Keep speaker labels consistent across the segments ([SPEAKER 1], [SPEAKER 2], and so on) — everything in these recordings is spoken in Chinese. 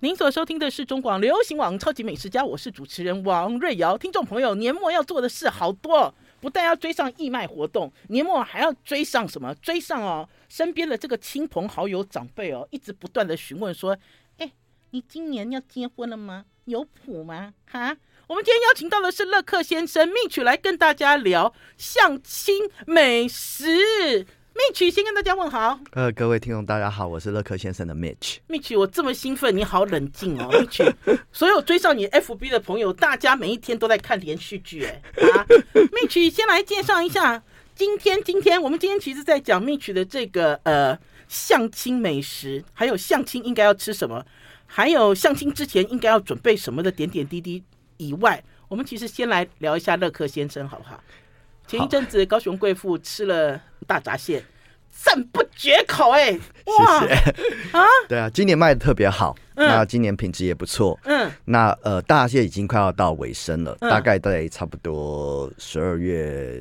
[SPEAKER 1] 您所收听的是中广流行网《超级美食家》，我是主持人王瑞瑶。听众朋友，年末要做的事好多，不但要追上义卖活动，年末还要追上什么？追上哦，身边的这个亲朋好友、长辈哦，一直不断的询问说：“哎，你今年要结婚了吗？有谱吗？哈？”我们今天邀请到的是乐克先生命曲来跟大家聊相亲美食。命曲先跟大家问好。
[SPEAKER 2] 呃，各位听众大家好，我是乐克先生的 Mitch。
[SPEAKER 1] 蜜曲，我这么兴奋，你好冷静哦，蜜 曲。所有追上你 FB 的朋友，大家每一天都在看连续剧，哎啊，蜜曲先来介绍一下，今天今天我们今天其实在讲蜜曲的这个呃相亲美食，还有相亲应该要吃什么，还有相亲之前应该要准备什么的点点滴滴以外，我们其实先来聊一下乐克先生好不好？前一阵子高雄贵妇吃了大闸蟹，赞不绝口哎、哇
[SPEAKER 2] 谢谢。
[SPEAKER 1] 啊，
[SPEAKER 2] 对啊，今年卖的特别好，
[SPEAKER 1] 嗯
[SPEAKER 2] 那今年品质也不错。
[SPEAKER 1] 嗯。
[SPEAKER 2] 那呃，大蟹已经快要到尾声了，
[SPEAKER 1] 嗯
[SPEAKER 2] 大概在差不多十二月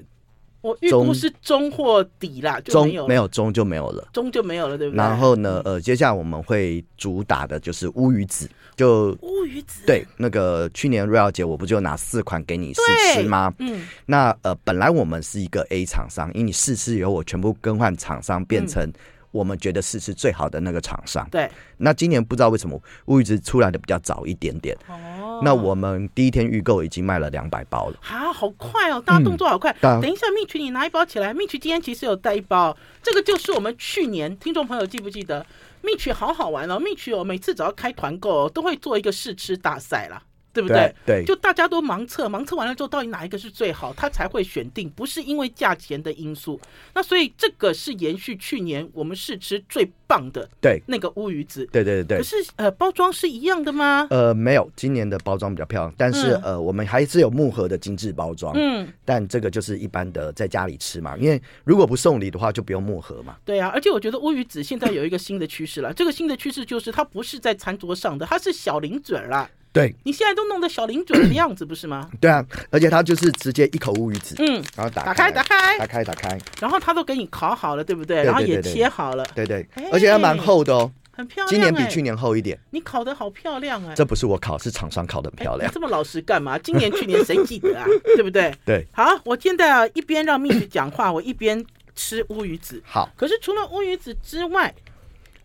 [SPEAKER 1] 我预估是中或底啦，就
[SPEAKER 2] 中
[SPEAKER 1] 没有了
[SPEAKER 2] 没有中就没有了。
[SPEAKER 1] 中就没有了，对不对？
[SPEAKER 2] 然后呢，呃，接下来我们会主打的就是乌鱼子，就
[SPEAKER 1] 乌鱼子，
[SPEAKER 2] 对那个去年瑞瑶姐我不就拿四款给你试
[SPEAKER 1] 对
[SPEAKER 2] 吃吗？
[SPEAKER 1] 嗯
[SPEAKER 2] 那呃，本来我们是一个 A 厂商，因为你试吃以后，我全部更换厂
[SPEAKER 1] 嗯
[SPEAKER 2] 商，变成我们觉得试吃最好的那个厂商。
[SPEAKER 1] 对，
[SPEAKER 2] 那今年不知道为什么乌鱼子出来的比较早一点点，
[SPEAKER 1] 哦
[SPEAKER 2] 那我们第一天预购已经卖了两百包了。
[SPEAKER 1] 啊，好快哦，大家动作好快。
[SPEAKER 2] 嗯大
[SPEAKER 1] 等一下，蜜曲你拿一包起来，蜜曲今天其实有带一包，这个就是我们去年听众朋友记不记得？蜜曲好好玩哦，蜜曲哦，每次只要开团购、哦、都会做一个试吃大赛啦，对不对？
[SPEAKER 2] 对对
[SPEAKER 1] 就大家都盲测，盲测完了之后，到底哪一个是最好，他才会选定，不是因为价钱的因素。那所以这个是延续去年我们试吃最棒的
[SPEAKER 2] 对
[SPEAKER 1] 那个乌鱼子，
[SPEAKER 2] 对对对
[SPEAKER 1] 可
[SPEAKER 2] 对，
[SPEAKER 1] 是呃，包装是一样的吗？
[SPEAKER 2] 呃，没有，今年的包装比较漂亮，但是、
[SPEAKER 1] 嗯
[SPEAKER 2] 呃，我们还是有木盒的精致包装，
[SPEAKER 1] 嗯，
[SPEAKER 2] 但这个就是一般的在家里吃嘛，因为如果不送礼的话，就不用木盒嘛。
[SPEAKER 1] 对啊，而且我觉得乌鱼子现在有一个新的趋势了，这个新的趋势就是它不是在餐桌上的，它是小零嘴儿啦。
[SPEAKER 2] 对
[SPEAKER 1] 你现在都弄得小零嘴儿的样子，不是吗？
[SPEAKER 2] 对啊，而且它就是直接一口乌鱼子，
[SPEAKER 1] 嗯，
[SPEAKER 2] 然后打
[SPEAKER 1] 打开打开
[SPEAKER 2] 打开打开，
[SPEAKER 1] 然后它都给你烤好了，对不对？
[SPEAKER 2] 对
[SPEAKER 1] 然后
[SPEAKER 2] 对
[SPEAKER 1] 也
[SPEAKER 2] 对对
[SPEAKER 1] 切好了，
[SPEAKER 2] 对对
[SPEAKER 1] 哎，
[SPEAKER 2] 而且它蛮厚的哦，
[SPEAKER 1] 很漂亮、欸。
[SPEAKER 2] 今年比去年厚一点。
[SPEAKER 1] 你烤的好漂亮哎、
[SPEAKER 2] 这不是我烤，是厂商烤的很漂
[SPEAKER 1] 哎
[SPEAKER 2] 亮
[SPEAKER 1] 你。这么老实干嘛？今年去年谁记 得啊？对不对？
[SPEAKER 2] 对，
[SPEAKER 1] 好，我现在啊一边让蜜雪讲话，我一边吃乌鱼子。
[SPEAKER 2] 好，
[SPEAKER 1] 可是除了乌鱼子之外，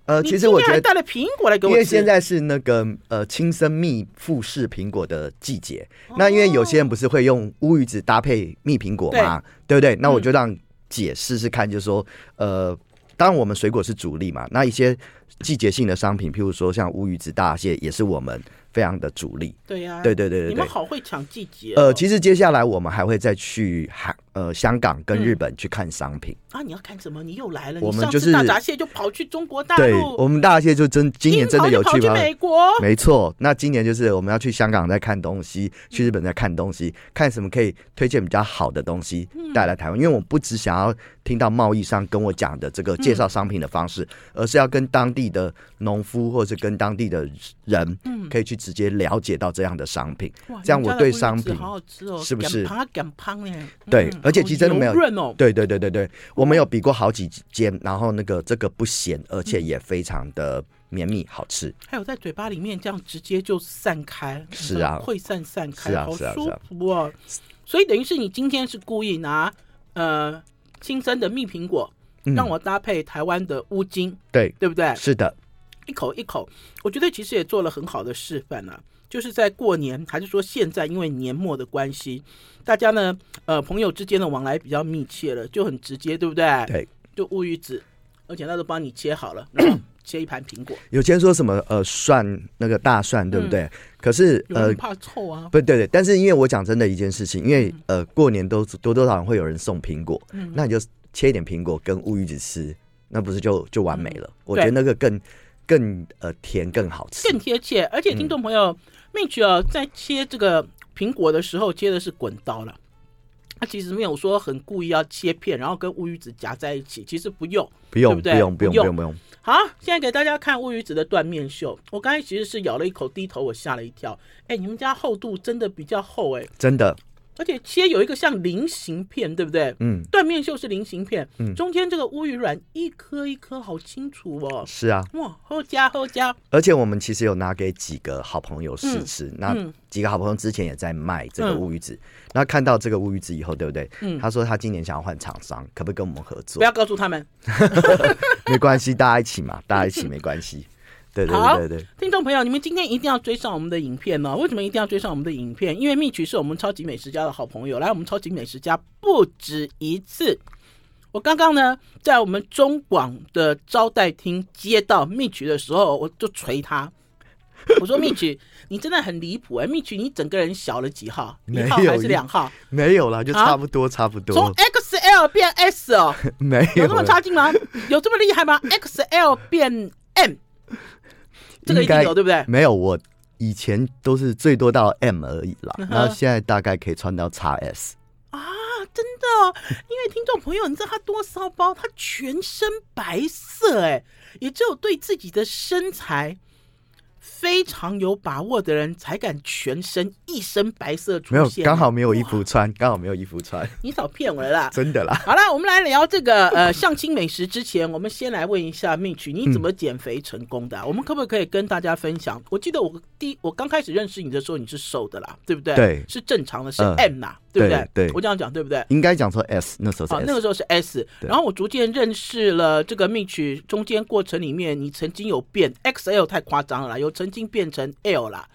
[SPEAKER 2] 呃，
[SPEAKER 1] 你
[SPEAKER 2] 其实
[SPEAKER 1] 今
[SPEAKER 2] 我
[SPEAKER 1] 天
[SPEAKER 2] 觉
[SPEAKER 1] 还
[SPEAKER 2] 得。
[SPEAKER 1] 带了苹果来给
[SPEAKER 2] 因
[SPEAKER 1] 我吃。
[SPEAKER 2] 为现在是那个呃亲生蜜富士苹果的季节，
[SPEAKER 1] 哦
[SPEAKER 2] 那因为有些人不是会用乌鱼子搭配蜜苹果嘛，对不对？那我
[SPEAKER 1] 嗯
[SPEAKER 2] 就让姐试试看，就是说，呃，当然我们水果是主力嘛，那一些季节性的商品，譬如说像乌鱼子、大蟹，也是我们非常的主力。
[SPEAKER 1] 对呀、
[SPEAKER 2] 对对对
[SPEAKER 1] 嗯你
[SPEAKER 2] 对
[SPEAKER 1] 们
[SPEAKER 2] 对。
[SPEAKER 1] 好会抢季节、哦。
[SPEAKER 2] 呃，其实接下来我们还会再去韩呃香港
[SPEAKER 1] 嗯
[SPEAKER 2] 跟日本去看商品。
[SPEAKER 1] 啊，你要看什么？你又来了。
[SPEAKER 2] 我
[SPEAKER 1] 你
[SPEAKER 2] 们
[SPEAKER 1] 上
[SPEAKER 2] 就
[SPEAKER 1] 次大
[SPEAKER 2] 是
[SPEAKER 1] 闸蟹就跑去中国大
[SPEAKER 2] 对
[SPEAKER 1] 陆，
[SPEAKER 2] 我们大蟹就真今年真的有
[SPEAKER 1] 樱桃
[SPEAKER 2] 去
[SPEAKER 1] 就
[SPEAKER 2] 吗
[SPEAKER 1] 跑？去美 国，
[SPEAKER 2] 没错，那今年就是我们要去香港在看东西，
[SPEAKER 1] 嗯
[SPEAKER 2] 去日本在看东西，看什么可以推荐比较好的东西
[SPEAKER 1] 嗯
[SPEAKER 2] 带来台湾。因为我不只想要听到贸易上跟我讲的这个介绍商品的方
[SPEAKER 1] 嗯
[SPEAKER 2] 式，而是要跟当地的农夫或是跟当地的人，
[SPEAKER 1] 嗯
[SPEAKER 2] 可以去直接了解到这样的商品。
[SPEAKER 1] 哇
[SPEAKER 2] 这样
[SPEAKER 1] 你们家的
[SPEAKER 2] 我
[SPEAKER 1] 乌
[SPEAKER 2] 对
[SPEAKER 1] 鱼子
[SPEAKER 2] 商品
[SPEAKER 1] 好好吃哦，
[SPEAKER 2] 是不是
[SPEAKER 1] 胖啊，干胖呢？
[SPEAKER 2] 对
[SPEAKER 1] 嗯
[SPEAKER 2] 而且其实真的
[SPEAKER 1] 好
[SPEAKER 2] 没有
[SPEAKER 1] 油润哦。
[SPEAKER 2] 对对对对对，我们有比过好几间，然后那个这个不咸，而且也非常的绵密好吃。
[SPEAKER 1] 还有在嘴巴里面这样直接就散开，
[SPEAKER 2] 是啊
[SPEAKER 1] 溃散散
[SPEAKER 2] 是
[SPEAKER 1] 开，
[SPEAKER 2] 啊
[SPEAKER 1] 好
[SPEAKER 2] 是啊
[SPEAKER 1] 舒
[SPEAKER 2] 是啊
[SPEAKER 1] 服哦。所以等于是你今天是故意拿呃亲生的蜜苹果，
[SPEAKER 2] 嗯
[SPEAKER 1] 让我搭配台湾的乌金，
[SPEAKER 2] 对，
[SPEAKER 1] 对不对？
[SPEAKER 2] 是的，
[SPEAKER 1] 一口一口，我觉得其实也做了很好的示范了、就是在过年，还是说现在，因为年末的关系，大家呢，呃，朋友之间的往来比较密切了，就很直接，对不对？
[SPEAKER 2] 对，
[SPEAKER 1] 就乌鱼子，而且他都帮你切好 了，然后切一盘苹果，
[SPEAKER 2] 有些人说什么呃蒜那个大蒜对不对？可是
[SPEAKER 1] 嗯有
[SPEAKER 2] 呃
[SPEAKER 1] 人怕臭啊，
[SPEAKER 2] 不对对，但是因为我讲真的一件事情，因为
[SPEAKER 1] 嗯
[SPEAKER 2] 呃过年都多多少少会有人送苹果，那你就切一点苹果跟乌鱼子吃，那不是就就完美了？
[SPEAKER 1] 嗯
[SPEAKER 2] 我觉得那个更更呃甜更好吃
[SPEAKER 1] 更。贴切。而且听众朋
[SPEAKER 2] 嗯
[SPEAKER 1] 友、m i t c h 哦，在切这个苹果的时候切的是滚刀了，他其实没有说很故意要切片，然后跟乌鱼子夹在一起，其实不用。
[SPEAKER 2] 不用
[SPEAKER 1] 对不
[SPEAKER 2] 不
[SPEAKER 1] 对
[SPEAKER 2] 用不用
[SPEAKER 1] 不用
[SPEAKER 2] 不用不用，
[SPEAKER 1] 好，现在给大家看乌鱼子的断面秀。我刚才其实是咬了一口，低头我吓了一跳。哎，你们家厚度真的比较厚哎、
[SPEAKER 2] 真的
[SPEAKER 1] 而且切有一个像菱形片，对不对？
[SPEAKER 2] 嗯，
[SPEAKER 1] 断面秀是菱形片，
[SPEAKER 2] 嗯
[SPEAKER 1] 中间这个乌鱼卵一颗一颗好清楚哦，
[SPEAKER 2] 是啊，
[SPEAKER 1] 哇，后加后加，
[SPEAKER 2] 而且我们其实有拿给几个好朋友试吃，那
[SPEAKER 1] 嗯
[SPEAKER 2] 几个好朋友之前也在卖这个乌鱼子，那看到这个乌鱼子以后，对不对？
[SPEAKER 1] 嗯
[SPEAKER 2] 他说他今年想要换厂商，可不可以跟我们合作
[SPEAKER 1] 不？要告诉他们。
[SPEAKER 2] 没关系，大家一起嘛，大家一起没 关系。对对
[SPEAKER 1] 好
[SPEAKER 2] 对对对，
[SPEAKER 1] 听众朋友，你们今天一定要追上我们的影片哦！为什么一定要追上我们的影片？因为蜜曲是我们超级美食家的好朋友，来我们超级美食家不止一次。我刚刚呢，在我们中广的招待厅接到蜜曲的时候，我就捶他，我说：“蜜 曲，你真的很离谱哎！蜜曲，你整个人小了几号？一号
[SPEAKER 2] 没有
[SPEAKER 1] 还是
[SPEAKER 2] 一
[SPEAKER 1] 两号？
[SPEAKER 2] 没有啦，就
[SPEAKER 1] 好
[SPEAKER 2] 差不多差不
[SPEAKER 1] 从
[SPEAKER 2] 多，
[SPEAKER 1] XL 变 S 哦，
[SPEAKER 2] 没
[SPEAKER 1] 有
[SPEAKER 2] 有
[SPEAKER 1] 这么
[SPEAKER 2] 啦
[SPEAKER 1] 差劲吗？有这么厉害吗？XL 变 M，这个一
[SPEAKER 2] 应
[SPEAKER 1] 定
[SPEAKER 2] 该
[SPEAKER 1] 有对不对？
[SPEAKER 2] 没有我。以前都是最多到 M 而已啦，
[SPEAKER 1] 嗯哼
[SPEAKER 2] 那现在大概可以穿到 x S，
[SPEAKER 1] 啊，真的 哦，因为听众朋友，你知道他多骚包，他全身白色，哎，也只有对自己的身材非常有把握的人，才敢全身一身白色出
[SPEAKER 2] 没有
[SPEAKER 1] 现。啊
[SPEAKER 2] 刚好，没有衣服穿，刚好没有衣服穿，
[SPEAKER 1] 你少骗我了啦！
[SPEAKER 2] 真的啦。
[SPEAKER 1] 好了，我们来聊这个呃相亲美食之前，我们先来问一下蜜曲，你怎么减肥成功
[SPEAKER 2] 嗯
[SPEAKER 1] 的啊、我们可不可以跟大家分享？我记得我第我刚开始认识你的时候，你是瘦的啦，对不对？
[SPEAKER 2] 对
[SPEAKER 1] 是正常的，是
[SPEAKER 2] 嗯
[SPEAKER 1] M 啦，对不
[SPEAKER 2] 对对
[SPEAKER 1] 我这样讲对不对？
[SPEAKER 2] 应该讲说 S 那时候是
[SPEAKER 1] 好，啊那
[SPEAKER 2] S，
[SPEAKER 1] 个时候是 S，
[SPEAKER 2] 对
[SPEAKER 1] 然后我逐渐认识了这个命曲，中间过程里面你曾经有变 XL 太夸张了啦，有曾经变成 L 啦，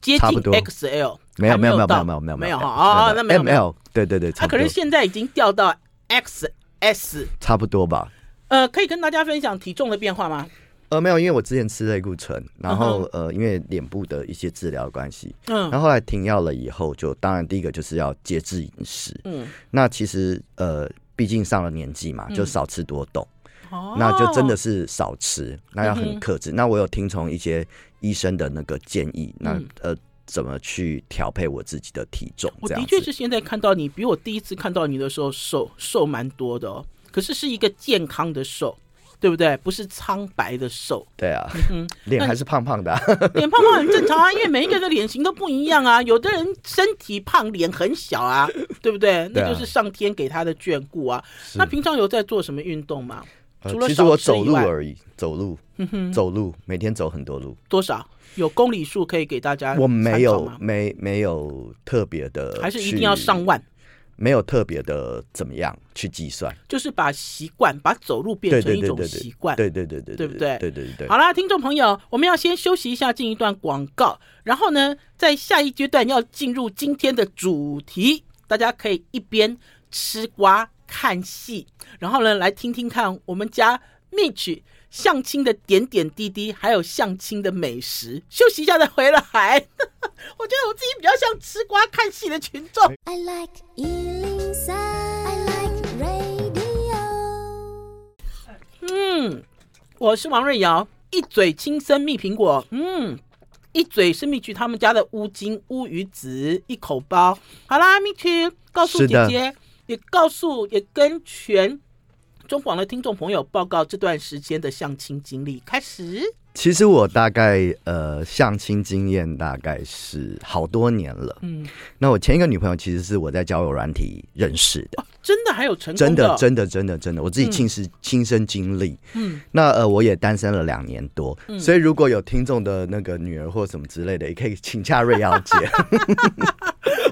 [SPEAKER 1] 接近
[SPEAKER 2] 差不多
[SPEAKER 1] XL，
[SPEAKER 2] 没有
[SPEAKER 1] 还
[SPEAKER 2] 没有没有没
[SPEAKER 1] 到
[SPEAKER 2] 有没有没有
[SPEAKER 1] 没有哈啊，那没有
[SPEAKER 2] M
[SPEAKER 1] 没有，
[SPEAKER 2] L 对对对，
[SPEAKER 1] 他
[SPEAKER 2] 差不
[SPEAKER 1] 可
[SPEAKER 2] 多
[SPEAKER 1] 是现在已经掉到 XS，
[SPEAKER 2] 差不多吧。
[SPEAKER 1] 呃，可以跟大家分享体重的变化吗？
[SPEAKER 2] 呃，没有，因为我之前吃类固醇，然后、呃，因为脸部的一些治疗的关系，
[SPEAKER 1] 嗯
[SPEAKER 2] 然后后来停药了以后就，当然第一个就是要节制饮食。
[SPEAKER 1] 嗯，
[SPEAKER 2] 那其实呃，毕竟上了年纪嘛，就少吃多动，
[SPEAKER 1] 哦
[SPEAKER 2] 那就真的是少吃，那要
[SPEAKER 1] 嗯
[SPEAKER 2] 很
[SPEAKER 1] 哼
[SPEAKER 2] 克制。那我有听从一些医生的那个建议，那、
[SPEAKER 1] 嗯
[SPEAKER 2] 呃，怎么去调配我自己的体重？
[SPEAKER 1] 我
[SPEAKER 2] 这
[SPEAKER 1] 的
[SPEAKER 2] 样
[SPEAKER 1] 确
[SPEAKER 2] 子。
[SPEAKER 1] 是现在看到你，比我第一次看到你的时候瘦瘦蛮多的哦，可是是一个健康的瘦，对不对？不是苍白的瘦。
[SPEAKER 2] 对啊，
[SPEAKER 1] 嗯
[SPEAKER 2] 脸还是胖胖的啊、
[SPEAKER 1] 脸胖胖很正常啊，因为每一个人的脸型都不一样啊。有的人身体胖，脸很小啊，对不对？
[SPEAKER 2] 对啊
[SPEAKER 1] 那就是上天给他的眷顾啊。
[SPEAKER 2] 是
[SPEAKER 1] 那平常有在做什么运动吗？
[SPEAKER 2] 呃
[SPEAKER 1] 除了
[SPEAKER 2] 其实我
[SPEAKER 1] 少吃
[SPEAKER 2] 走
[SPEAKER 1] 以
[SPEAKER 2] 路
[SPEAKER 1] 外嗯
[SPEAKER 2] 而已，走路，走路，每天走很多路。
[SPEAKER 1] 多少？有公里数可以给大家？
[SPEAKER 2] 我没有，呃没没有特别的，
[SPEAKER 1] 啊还是一定要上，万？
[SPEAKER 2] 没有特别的怎么样去计算，
[SPEAKER 1] 就是把习惯，把走路变
[SPEAKER 2] 对
[SPEAKER 1] 成
[SPEAKER 2] 对
[SPEAKER 1] 一
[SPEAKER 2] 对
[SPEAKER 1] 种
[SPEAKER 2] 对
[SPEAKER 1] 习
[SPEAKER 2] 对，
[SPEAKER 1] 惯。
[SPEAKER 2] 对对对对
[SPEAKER 1] 对不对
[SPEAKER 2] 对对对对，
[SPEAKER 1] 好啦，听众朋友，我们要先休息一下，进一段广告，然后呢，在下一阶段要进入今天的主题，大家可以一边吃瓜看戏，然后呢，来听听看我们家 Mitch 相亲的点点滴滴，还有相亲的美食。休息一下再回来， 我觉得我自己比较像吃瓜看戏的群众。
[SPEAKER 3] I like Ealing Sound. I like radio.
[SPEAKER 1] 嗯，我是王瑞瑶，一嘴亲生蜜苹果，嗯，一嘴是蜜橘他们家的乌金乌鱼子，一口包。好啦，蜜橘告诉
[SPEAKER 2] 是
[SPEAKER 1] 姐
[SPEAKER 2] 的
[SPEAKER 1] 姐，也告诉也跟全中广的听众朋友报告这段时间的相亲经历。开始，
[SPEAKER 2] 其实我大概呃相亲经验大概是好多年了，
[SPEAKER 1] 嗯，
[SPEAKER 2] 那我前一个女朋友其实是我在交友软体认识的，
[SPEAKER 1] 真的还有成
[SPEAKER 2] 真
[SPEAKER 1] 功
[SPEAKER 2] 的
[SPEAKER 1] 哦，
[SPEAKER 2] 真的真的真的，我自己亲身亲身经历，
[SPEAKER 1] 嗯，
[SPEAKER 2] 那呃，我也单身了两年多，所以如果有听众的那个女儿或什么之类的，也可以请假瑞瑶 姐。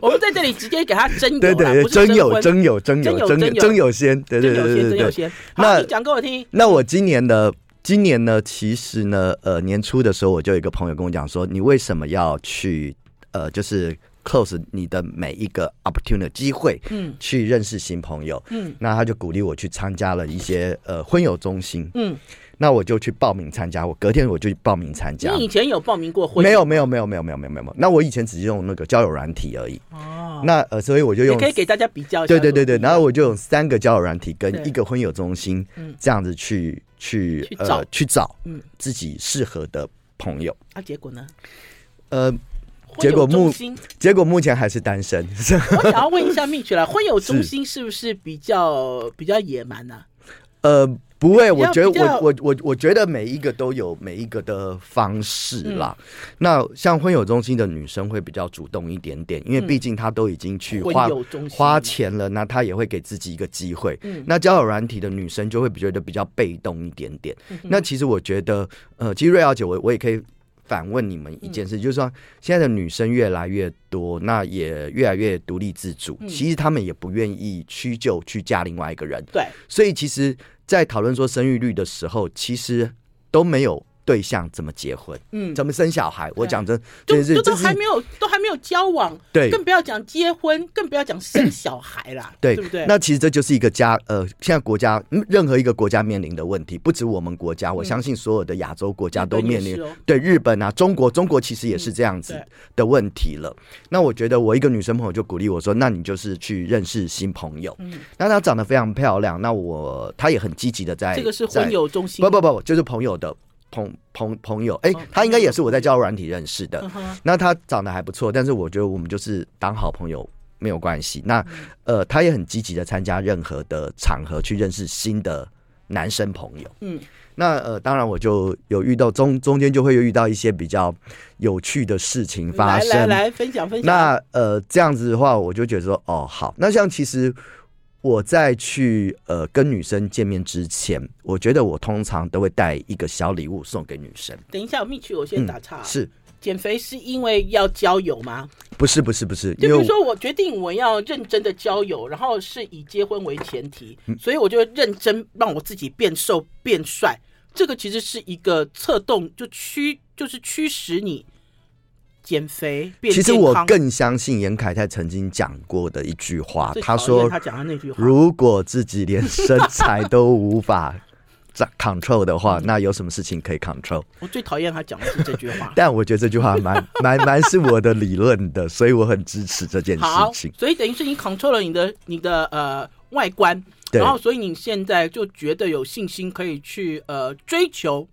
[SPEAKER 1] 我们在这里直接给他真
[SPEAKER 2] 对
[SPEAKER 1] 友啦，
[SPEAKER 2] 对对，
[SPEAKER 1] 不是
[SPEAKER 2] 真有
[SPEAKER 1] 婚
[SPEAKER 2] 真有真
[SPEAKER 1] 真有
[SPEAKER 2] 有
[SPEAKER 1] 真
[SPEAKER 2] 真
[SPEAKER 1] 有
[SPEAKER 2] 真有先，对对
[SPEAKER 1] 真有
[SPEAKER 2] 对
[SPEAKER 1] 先真
[SPEAKER 2] 对
[SPEAKER 1] 有
[SPEAKER 2] 对对。
[SPEAKER 1] 先。好，
[SPEAKER 2] 那
[SPEAKER 1] 你讲给我听。
[SPEAKER 2] 那我今年的今年呢，其实呢，呃，年初的时候，我就有一个朋友跟我讲说，你为什么要去呃，就是 close 你的每一个 opportunity 机会，
[SPEAKER 1] 嗯
[SPEAKER 2] 去认识新朋友。
[SPEAKER 1] 嗯
[SPEAKER 2] 那他就鼓励我去参加了一些呃婚友中心，
[SPEAKER 1] 嗯，
[SPEAKER 2] 那我就去报名参加，我隔天我就去报名参加。
[SPEAKER 1] 你以前有报名过婚？
[SPEAKER 2] 没有没有没有没有没有没有没有，那我以前只是用那个交友软体而已。
[SPEAKER 1] 哦，
[SPEAKER 2] 那呃，所以我就
[SPEAKER 1] 也
[SPEAKER 2] 用
[SPEAKER 1] 可以给大家比较一下。
[SPEAKER 2] 对对对对，
[SPEAKER 1] 怎么不一样
[SPEAKER 2] 然后我就有三个交友软体
[SPEAKER 1] 对
[SPEAKER 2] 跟一个婚友中心
[SPEAKER 1] 嗯
[SPEAKER 2] 这样子去去
[SPEAKER 1] 去找
[SPEAKER 2] 呃去找
[SPEAKER 1] 嗯
[SPEAKER 2] 自己适合的朋友。
[SPEAKER 1] 啊，结果呢？
[SPEAKER 2] 呃，
[SPEAKER 1] 婚
[SPEAKER 2] 结
[SPEAKER 1] 友
[SPEAKER 2] 果
[SPEAKER 1] 中
[SPEAKER 2] 目
[SPEAKER 1] 心，
[SPEAKER 2] 结果目前还是单身，
[SPEAKER 1] 我想要问一下蜜雪了，婚友中心是不是比较比较野蛮呢、啊
[SPEAKER 2] 呃，不会，
[SPEAKER 1] 比较
[SPEAKER 2] 我觉得
[SPEAKER 1] 比较
[SPEAKER 2] 我我我我觉得每一个都有每一个的方式
[SPEAKER 1] 嗯
[SPEAKER 2] 啦。那像婚友中心的女生会比较主动一点点，因为毕竟她都已经去
[SPEAKER 1] 嗯婚
[SPEAKER 2] 花
[SPEAKER 1] 友中心
[SPEAKER 2] 花钱了，那她也会给自己一个机会。
[SPEAKER 1] 嗯
[SPEAKER 2] 那交友软体的女生就会觉得比较被动一点点。
[SPEAKER 1] 嗯
[SPEAKER 2] 那其实我觉得，呃，其实瑞瑶姐我，我也可以。反问你们一
[SPEAKER 1] 嗯
[SPEAKER 2] 件事，就是说现在的女生越来越多，那也越来越独立自主。
[SPEAKER 1] 嗯
[SPEAKER 2] 其实她们也不愿意屈就去嫁另外一个人，
[SPEAKER 1] 对，
[SPEAKER 2] 所以其实，在讨论说生育率的时候，其实都没有对象怎么结婚，
[SPEAKER 1] 嗯，
[SPEAKER 2] 怎么生小孩。我讲真，这
[SPEAKER 1] 就是就都
[SPEAKER 2] 这是
[SPEAKER 1] 还没有都还没有交往，
[SPEAKER 2] 对
[SPEAKER 1] 更不要讲结婚，更不要讲生小孩啦，
[SPEAKER 2] 对
[SPEAKER 1] 对不对？
[SPEAKER 2] 那其实这就是一个家呃，现在国家嗯任何一个国家面临的问题，不止我们国家，我相信所有的亚洲国家都
[SPEAKER 1] 日本也
[SPEAKER 2] 面临
[SPEAKER 1] 嗯是哦
[SPEAKER 2] 对日本啊、中国，中国其实也是这样
[SPEAKER 1] 嗯
[SPEAKER 2] 子
[SPEAKER 1] 对
[SPEAKER 2] 的问题了。那我觉得我一个女生朋友就鼓励我说，那你就是去认识新朋友。
[SPEAKER 1] 嗯
[SPEAKER 2] 那她长得非常漂亮，那我她也很积极的在
[SPEAKER 1] 这个是
[SPEAKER 2] 哎在
[SPEAKER 1] 婚友中心，
[SPEAKER 2] 不不不，就是朋友的朋朋朋友，哎、
[SPEAKER 1] 哦
[SPEAKER 2] 他应该也是我在交友软体认识的。
[SPEAKER 1] 嗯哼，
[SPEAKER 2] 那他长得还不错，但是我觉得我们就是当好朋友没有关系。那
[SPEAKER 1] 嗯
[SPEAKER 2] 呃，他也很积极的参加任何的场合去认识新的男生朋友。
[SPEAKER 1] 嗯，
[SPEAKER 2] 那呃，当然我就有遇到中中间就会遇到一些比较有趣的事情发
[SPEAKER 1] 来
[SPEAKER 2] 生。
[SPEAKER 1] 来来，分享分享，
[SPEAKER 2] 那呃，这样子的话，我就觉得说，哦，好。那像其实我在去呃跟女生见面之前，我觉得我通常都会带一个小礼物送给女生。
[SPEAKER 1] 等一下，蜜曲，我先打岔、
[SPEAKER 2] 嗯
[SPEAKER 1] 啊
[SPEAKER 2] 是
[SPEAKER 1] 减肥是因为要交友吗？
[SPEAKER 2] 不是？不是不是，
[SPEAKER 1] 就比
[SPEAKER 2] 因为
[SPEAKER 1] 如
[SPEAKER 2] 我
[SPEAKER 1] 说，我决定我要认真的交友，然后是以结婚为前提，
[SPEAKER 2] 嗯
[SPEAKER 1] 所以我就认真让我自己变瘦变帅。这个其实是一个策动，就驱就是驱使你减肥变
[SPEAKER 2] 其
[SPEAKER 1] 健康。
[SPEAKER 2] 实我更相信严凯泰曾经讲过的一句话
[SPEAKER 1] 最，讨
[SPEAKER 2] 他
[SPEAKER 1] 厌
[SPEAKER 2] 说
[SPEAKER 1] 他讲的那句话，
[SPEAKER 2] 如果自己连身材都 无法掌 control 的
[SPEAKER 1] 嗯
[SPEAKER 2] 话，那有什么事情可以 control？。
[SPEAKER 1] 我最讨厌他讲的是这句话
[SPEAKER 2] 但我觉得这句话蛮蛮蛮是我的理论的，所以我很支持这件事
[SPEAKER 1] 好，
[SPEAKER 2] 情。
[SPEAKER 1] 所以等于是你 control 了你的你的呃外观，
[SPEAKER 2] 对
[SPEAKER 1] 然后所以你现在就觉得有信心可以去呃追求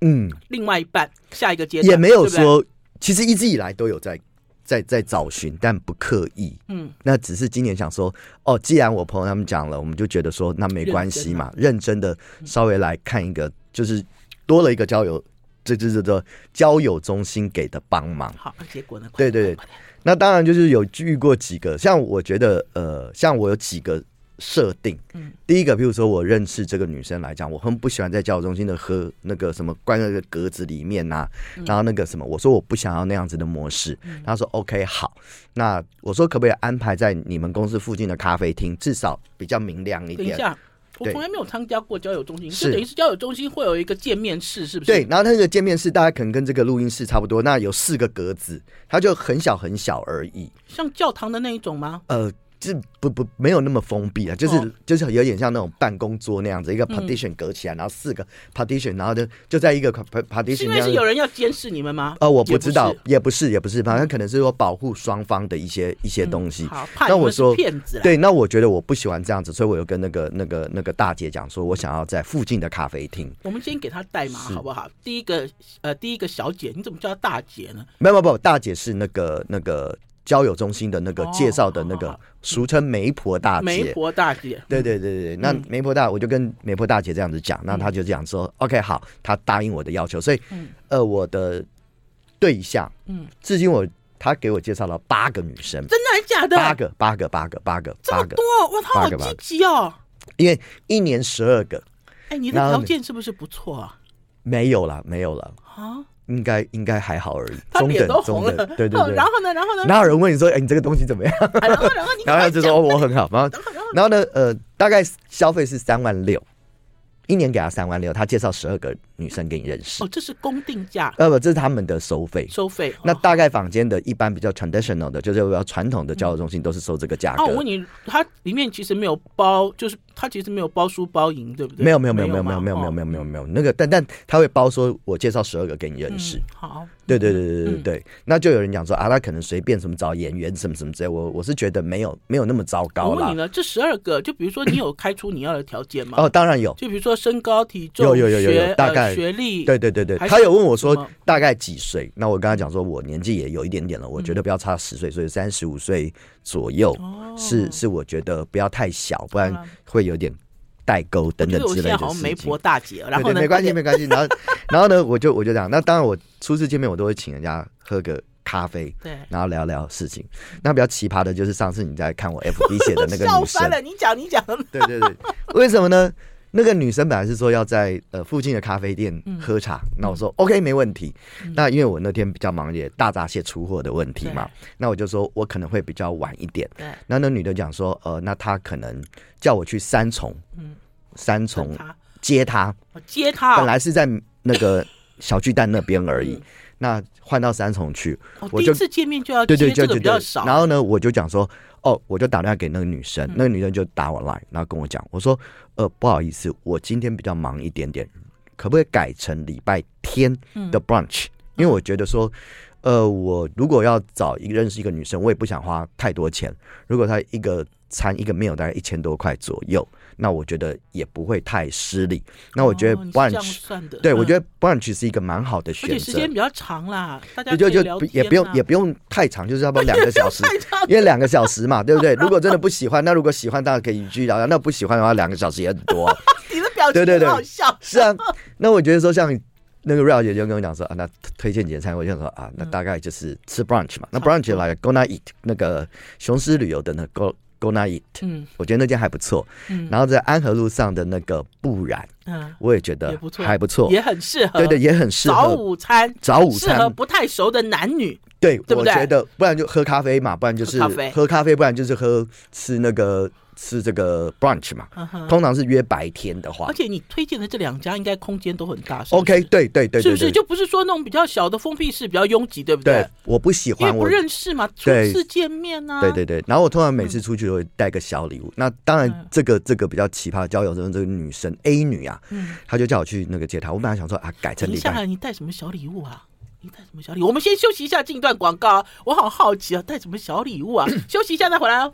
[SPEAKER 2] 嗯，
[SPEAKER 1] 另外一半下一个阶段，
[SPEAKER 2] 也没有
[SPEAKER 1] 对不
[SPEAKER 2] 说，其实一直以来都有在在在找寻，但不刻意。
[SPEAKER 1] 对嗯，
[SPEAKER 2] 那只是今年想说，哦，既然我朋友他们讲了，我们就觉得说那没关系
[SPEAKER 1] 啊
[SPEAKER 2] 嘛，认真的
[SPEAKER 1] 嗯
[SPEAKER 2] 稍微来看一个，就是多了一个交友，这这这这交友中心给的帮忙。
[SPEAKER 1] 好，啊结果呢？
[SPEAKER 2] 对对对那当然就是有遇过几个，像我觉得呃，像我有几个设定，
[SPEAKER 1] 嗯
[SPEAKER 2] 第一个，比如说我认识这个女生来讲，我很不喜欢在交友中心的喝那个什么关在那个格子里面呐、
[SPEAKER 1] 嗯
[SPEAKER 2] 然后那个什么，我说我不想要那样子的模式，她说 OK 好，那我说可不可以安排在你们公司附近的咖啡厅，至少比较明亮一
[SPEAKER 1] 等一
[SPEAKER 2] 点。
[SPEAKER 1] 下，我
[SPEAKER 2] 对
[SPEAKER 1] 从来没有参加过交友中心，
[SPEAKER 2] 是
[SPEAKER 1] 就等于是交友中心会有一个见面室，是不是？
[SPEAKER 2] 对，，然后它那个见面室大概可能跟这个录音室差不多，那有四个格子，它就很小很小而已。
[SPEAKER 1] 像教堂的那一种吗？
[SPEAKER 2] 呃，这不不没有那么封闭啊，就是、
[SPEAKER 1] 哦嗯
[SPEAKER 2] 就是有点像那种办公桌那样子，一个 partition 隔起来，然后四个 partition，然后就就在一个 pa- pa-
[SPEAKER 1] 是
[SPEAKER 2] partition
[SPEAKER 1] 因
[SPEAKER 2] 那
[SPEAKER 1] 为是
[SPEAKER 2] 样
[SPEAKER 1] 有
[SPEAKER 2] 子。
[SPEAKER 1] 人要监视你们吗？
[SPEAKER 2] 呃，我不
[SPEAKER 1] 也是
[SPEAKER 2] 知道，也不是，也不是，反正可能是说保护双方的一些一些东西。
[SPEAKER 1] 嗯好，怕
[SPEAKER 2] 那
[SPEAKER 1] 你
[SPEAKER 2] 我
[SPEAKER 1] 们是
[SPEAKER 2] 说
[SPEAKER 1] 骗子啦。
[SPEAKER 2] 对，那我觉得我不喜欢这样子，所以我有跟那个那个那个大姐讲说，我想要在附近的咖啡厅。
[SPEAKER 1] 我们先给他代码
[SPEAKER 2] 是
[SPEAKER 1] 好不好？第一个呃，第一个小姐，你怎么叫她大姐呢？
[SPEAKER 2] 没有没有没有，大姐是那个那个交友中心的那个
[SPEAKER 1] 哦
[SPEAKER 2] 介绍的那
[SPEAKER 1] 好
[SPEAKER 2] 个
[SPEAKER 1] 好
[SPEAKER 2] 俗称媒婆大姐。
[SPEAKER 1] 媒婆大姐，
[SPEAKER 2] 对对对对对，那
[SPEAKER 1] 嗯
[SPEAKER 2] 媒婆大，我就跟媒婆大姐这样子讲，那她就讲说、o k 好，她答应我的要求，所以，
[SPEAKER 1] 嗯
[SPEAKER 2] 呃，我的对象，
[SPEAKER 1] 嗯，
[SPEAKER 2] 至今我她给我介绍了八个女生，
[SPEAKER 1] 真的还是假的？
[SPEAKER 2] 八个，八个，八个，八个，
[SPEAKER 1] 这
[SPEAKER 2] 八
[SPEAKER 1] 么
[SPEAKER 2] 个，
[SPEAKER 1] 多，哇，他好
[SPEAKER 2] 八个八
[SPEAKER 1] 积
[SPEAKER 2] 个
[SPEAKER 1] 极哦！
[SPEAKER 2] 因为一年十二个，
[SPEAKER 1] 哎，你的
[SPEAKER 2] 然后
[SPEAKER 1] 条
[SPEAKER 2] 你
[SPEAKER 1] 件是不是不错啊？
[SPEAKER 2] 没有了，没有了，
[SPEAKER 1] 啊，
[SPEAKER 2] 应该应该还好而已，
[SPEAKER 1] 他
[SPEAKER 2] 中
[SPEAKER 1] 脸都
[SPEAKER 2] 等，
[SPEAKER 1] 红
[SPEAKER 2] 中
[SPEAKER 1] 了
[SPEAKER 2] 等，，对对
[SPEAKER 1] 哦
[SPEAKER 2] 对。
[SPEAKER 1] 然后呢，然后呢，啊
[SPEAKER 2] 哪有人问你说，哎、你这个东西怎么样？
[SPEAKER 1] 然后然后你赶
[SPEAKER 2] 然
[SPEAKER 1] 快
[SPEAKER 2] 后他就
[SPEAKER 1] 讲，
[SPEAKER 2] 说、哦我很好，然后
[SPEAKER 1] 然后然后
[SPEAKER 2] 然后呢，呃，大概消费是三万六，一年给他三万六，他介绍十二个女生给你认识
[SPEAKER 1] 哦，。这是公定价
[SPEAKER 2] 呃，不，这是他们的收费。
[SPEAKER 1] 收费。
[SPEAKER 2] 那
[SPEAKER 1] 哦
[SPEAKER 2] 大概坊间的一般比较 traditional 的，就是比较传统的交友中心都是收这个价格。
[SPEAKER 1] 啊，我问你，它里面其实没有包，就是它其实没有包输包赢，对不对？
[SPEAKER 2] 没有没有没有没有没有没有
[SPEAKER 1] 嘛
[SPEAKER 2] 没有没有没有
[SPEAKER 1] 哦
[SPEAKER 2] 没有那个，但但他会包说，我介绍十二个给你认识
[SPEAKER 1] 嗯。好，
[SPEAKER 2] 对对对对对
[SPEAKER 1] 嗯
[SPEAKER 2] 对，那就有人讲说啊，他可能随便什么找演员什么什么之类，我我是觉得没有没有那么糟
[SPEAKER 1] 我
[SPEAKER 2] 糕
[SPEAKER 1] 问你
[SPEAKER 2] 啦。
[SPEAKER 1] 呢，这十二个，就比如说你有开出你要的条件吗？
[SPEAKER 2] 哦，，当然有，
[SPEAKER 1] 就比如说身高、体重、
[SPEAKER 2] 有有有有有
[SPEAKER 1] 学
[SPEAKER 2] 大
[SPEAKER 1] 呃
[SPEAKER 2] 概
[SPEAKER 1] 学历，
[SPEAKER 2] 对对对对，
[SPEAKER 1] 还
[SPEAKER 2] 他
[SPEAKER 1] 是
[SPEAKER 2] 有问我
[SPEAKER 1] 什么
[SPEAKER 2] 说大概几岁，那我跟他讲说我年纪也有一点点了，我觉得不要差十岁，所以三十五岁左右
[SPEAKER 1] 哦
[SPEAKER 2] 是是我觉得不要太小，不然
[SPEAKER 1] 好啦
[SPEAKER 2] 会有点代沟等
[SPEAKER 1] 就
[SPEAKER 2] 等
[SPEAKER 1] 是我
[SPEAKER 2] 之
[SPEAKER 1] 现
[SPEAKER 2] 类
[SPEAKER 1] 在
[SPEAKER 2] 的
[SPEAKER 1] 哦好像
[SPEAKER 2] 事
[SPEAKER 1] 媒
[SPEAKER 2] 情
[SPEAKER 1] 婆。大姐，然后
[SPEAKER 2] 对
[SPEAKER 1] 呢，
[SPEAKER 2] 对，没关 系，
[SPEAKER 1] 快点
[SPEAKER 2] 没关系。然后，然后呢，我就我就这样。那当然，我初次见面，我都会请人家喝个咖啡，
[SPEAKER 1] 对。
[SPEAKER 2] 然后聊聊事情。那比较奇葩的就是上次你在看我 FB 写的那个
[SPEAKER 1] 笑
[SPEAKER 2] 女生
[SPEAKER 1] 翻，了！你讲，你讲，
[SPEAKER 2] 对 对对，为什么呢？那个女生本来是说要在呃附近的咖啡店
[SPEAKER 1] 嗯
[SPEAKER 2] 喝茶，那我说 OK 没问题。那因为我那天比较忙，也大闸蟹出货的问题嘛，那我就说我可能会比较晚一点。
[SPEAKER 1] 对，
[SPEAKER 2] 那那女的讲说，呃，那她可能叫我去三重，
[SPEAKER 1] 嗯
[SPEAKER 2] 三重
[SPEAKER 1] 他，
[SPEAKER 2] 接她，
[SPEAKER 1] 我接他，
[SPEAKER 2] 本来是在那个小巨蛋那边而已，
[SPEAKER 1] 嗯
[SPEAKER 2] 那换到三重去，
[SPEAKER 1] 哦
[SPEAKER 2] 我
[SPEAKER 1] 第
[SPEAKER 2] 就
[SPEAKER 1] 一次见面就要
[SPEAKER 2] 对
[SPEAKER 1] 接
[SPEAKER 2] 对对
[SPEAKER 1] 这个
[SPEAKER 2] 对
[SPEAKER 1] 比较
[SPEAKER 2] 对。
[SPEAKER 1] 少，嗯
[SPEAKER 2] 然后呢，我就讲说，哦，我就打电话给那个女生，那个女生就打我 line，然后跟我讲，我说，呃，不好意思，我今天比较忙一点点，可不可以改成礼拜天
[SPEAKER 1] 嗯
[SPEAKER 2] 的 brunch？、因为我觉得说，呃，我如果要找一个认识一个女生，我也不想花太多钱。如果她一个餐一个 meal 大概一千多块左右，那我觉得也不会太失礼。那我觉得
[SPEAKER 1] 哦你是这样
[SPEAKER 2] brunch，、
[SPEAKER 1] 算的，
[SPEAKER 2] 对我
[SPEAKER 1] 嗯
[SPEAKER 2] 觉得 brunch 是一个蛮好的
[SPEAKER 1] 而
[SPEAKER 2] 选
[SPEAKER 1] 且时
[SPEAKER 2] 择
[SPEAKER 1] 间。比较长啦，大家
[SPEAKER 2] 就就
[SPEAKER 1] 可以
[SPEAKER 2] 就
[SPEAKER 1] 聊
[SPEAKER 2] 不
[SPEAKER 1] 天
[SPEAKER 2] 也不用
[SPEAKER 1] 啊
[SPEAKER 2] 也不用太长，就是差不多两个小 时，
[SPEAKER 1] 太长
[SPEAKER 2] 因为两个小时嘛，对不对？如果真的不喜欢，那如果喜欢，当然可以继续聊聊；那不喜欢的话，两个小时也很多。
[SPEAKER 1] 你的表情
[SPEAKER 2] 对对对
[SPEAKER 1] 很好笑，
[SPEAKER 2] 是啊，那我觉得说像那个 real 姐就跟我讲说啊，那推荐几间餐，我就想说啊，
[SPEAKER 1] 嗯
[SPEAKER 2] 那大概就是吃 brunch 嘛，那
[SPEAKER 1] 差不多
[SPEAKER 2] brunch 来 gonna eat 那个雄狮旅游的那 go gonna eat，
[SPEAKER 1] 嗯
[SPEAKER 2] 我觉得那间还不错。
[SPEAKER 1] 嗯
[SPEAKER 2] 然后在安和路上的那个不然，
[SPEAKER 1] 嗯，
[SPEAKER 2] 我也觉得
[SPEAKER 1] 也不错
[SPEAKER 2] 还不错，
[SPEAKER 1] 也很适合，
[SPEAKER 2] 对对，也很适
[SPEAKER 1] 早
[SPEAKER 2] 合。
[SPEAKER 1] 午餐，
[SPEAKER 2] 早午
[SPEAKER 1] 适合
[SPEAKER 2] 餐
[SPEAKER 1] 不太熟的男女，
[SPEAKER 2] 对，
[SPEAKER 1] 对不
[SPEAKER 2] 我
[SPEAKER 1] 对
[SPEAKER 2] 觉得不然就喝咖啡嘛，不然就是
[SPEAKER 1] 喝咖啡
[SPEAKER 2] 喝咖啡，不然就是喝吃那个吃这个 brunch 嘛。
[SPEAKER 1] 嗯哼哦
[SPEAKER 2] 通常是约白天的话
[SPEAKER 1] 而且你推荐的这两家应该空间都很大是不是
[SPEAKER 2] ，OK，对对对
[SPEAKER 1] 是不
[SPEAKER 2] 对
[SPEAKER 1] 是
[SPEAKER 2] 对，
[SPEAKER 1] 就不是说那种比较小的封闭式比较拥挤，对不
[SPEAKER 2] 对？我不喜
[SPEAKER 1] 因为
[SPEAKER 2] 欢
[SPEAKER 1] 不
[SPEAKER 2] 我，
[SPEAKER 1] 认识嘛，初
[SPEAKER 2] 对
[SPEAKER 1] 次见面啊，
[SPEAKER 2] 对对对。然后我通常每次出去都会带个小礼物。那当然
[SPEAKER 1] 嗯，
[SPEAKER 2] 这个这个比较奇葩的交友中，这个女生 A 女啊，
[SPEAKER 1] 嗯，
[SPEAKER 2] 她就叫我去那个接她。我本来想说啊，改成
[SPEAKER 1] 停
[SPEAKER 2] 礼
[SPEAKER 1] 下
[SPEAKER 2] 拜
[SPEAKER 1] 来，你带什么小礼物啊？你带什么小礼物？我们先休息一下，进一段广告啊。我好好奇啊，带什么小礼物啊？ 休息一下再回来哦。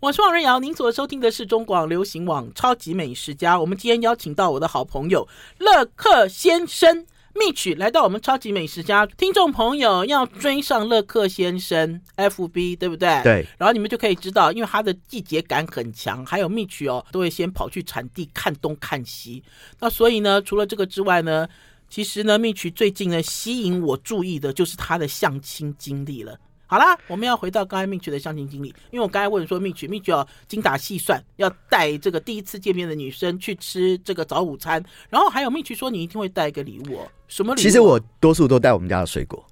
[SPEAKER 1] 我是王瑞瑶，您所收听的是中广流行网《超级美食家》。我们今天邀请到我的好朋友乐克先生 Mitch 来到我们《超级美食家》，听众朋友要追上乐克先生 FB，对不对？
[SPEAKER 2] 对。
[SPEAKER 1] 然后你们就可以知道，因为他的季节感很强，还有 Mitch 哦，都会先跑去产地看东看西。那所以呢，除了这个之外呢，其实呢，Mitch 最近呢吸引我注意的就是他的相亲经历了。好啦，我们要回到刚才 Mitch 的相亲经历，因为我刚才问说 Mitch，Mitch 要精打细算，要带这个第一次见面的女生去吃这个早午餐，然后还有 Mitch 说你一定会带一个礼物、哦，什么礼物？
[SPEAKER 2] 其实我多数都带我们家的水果，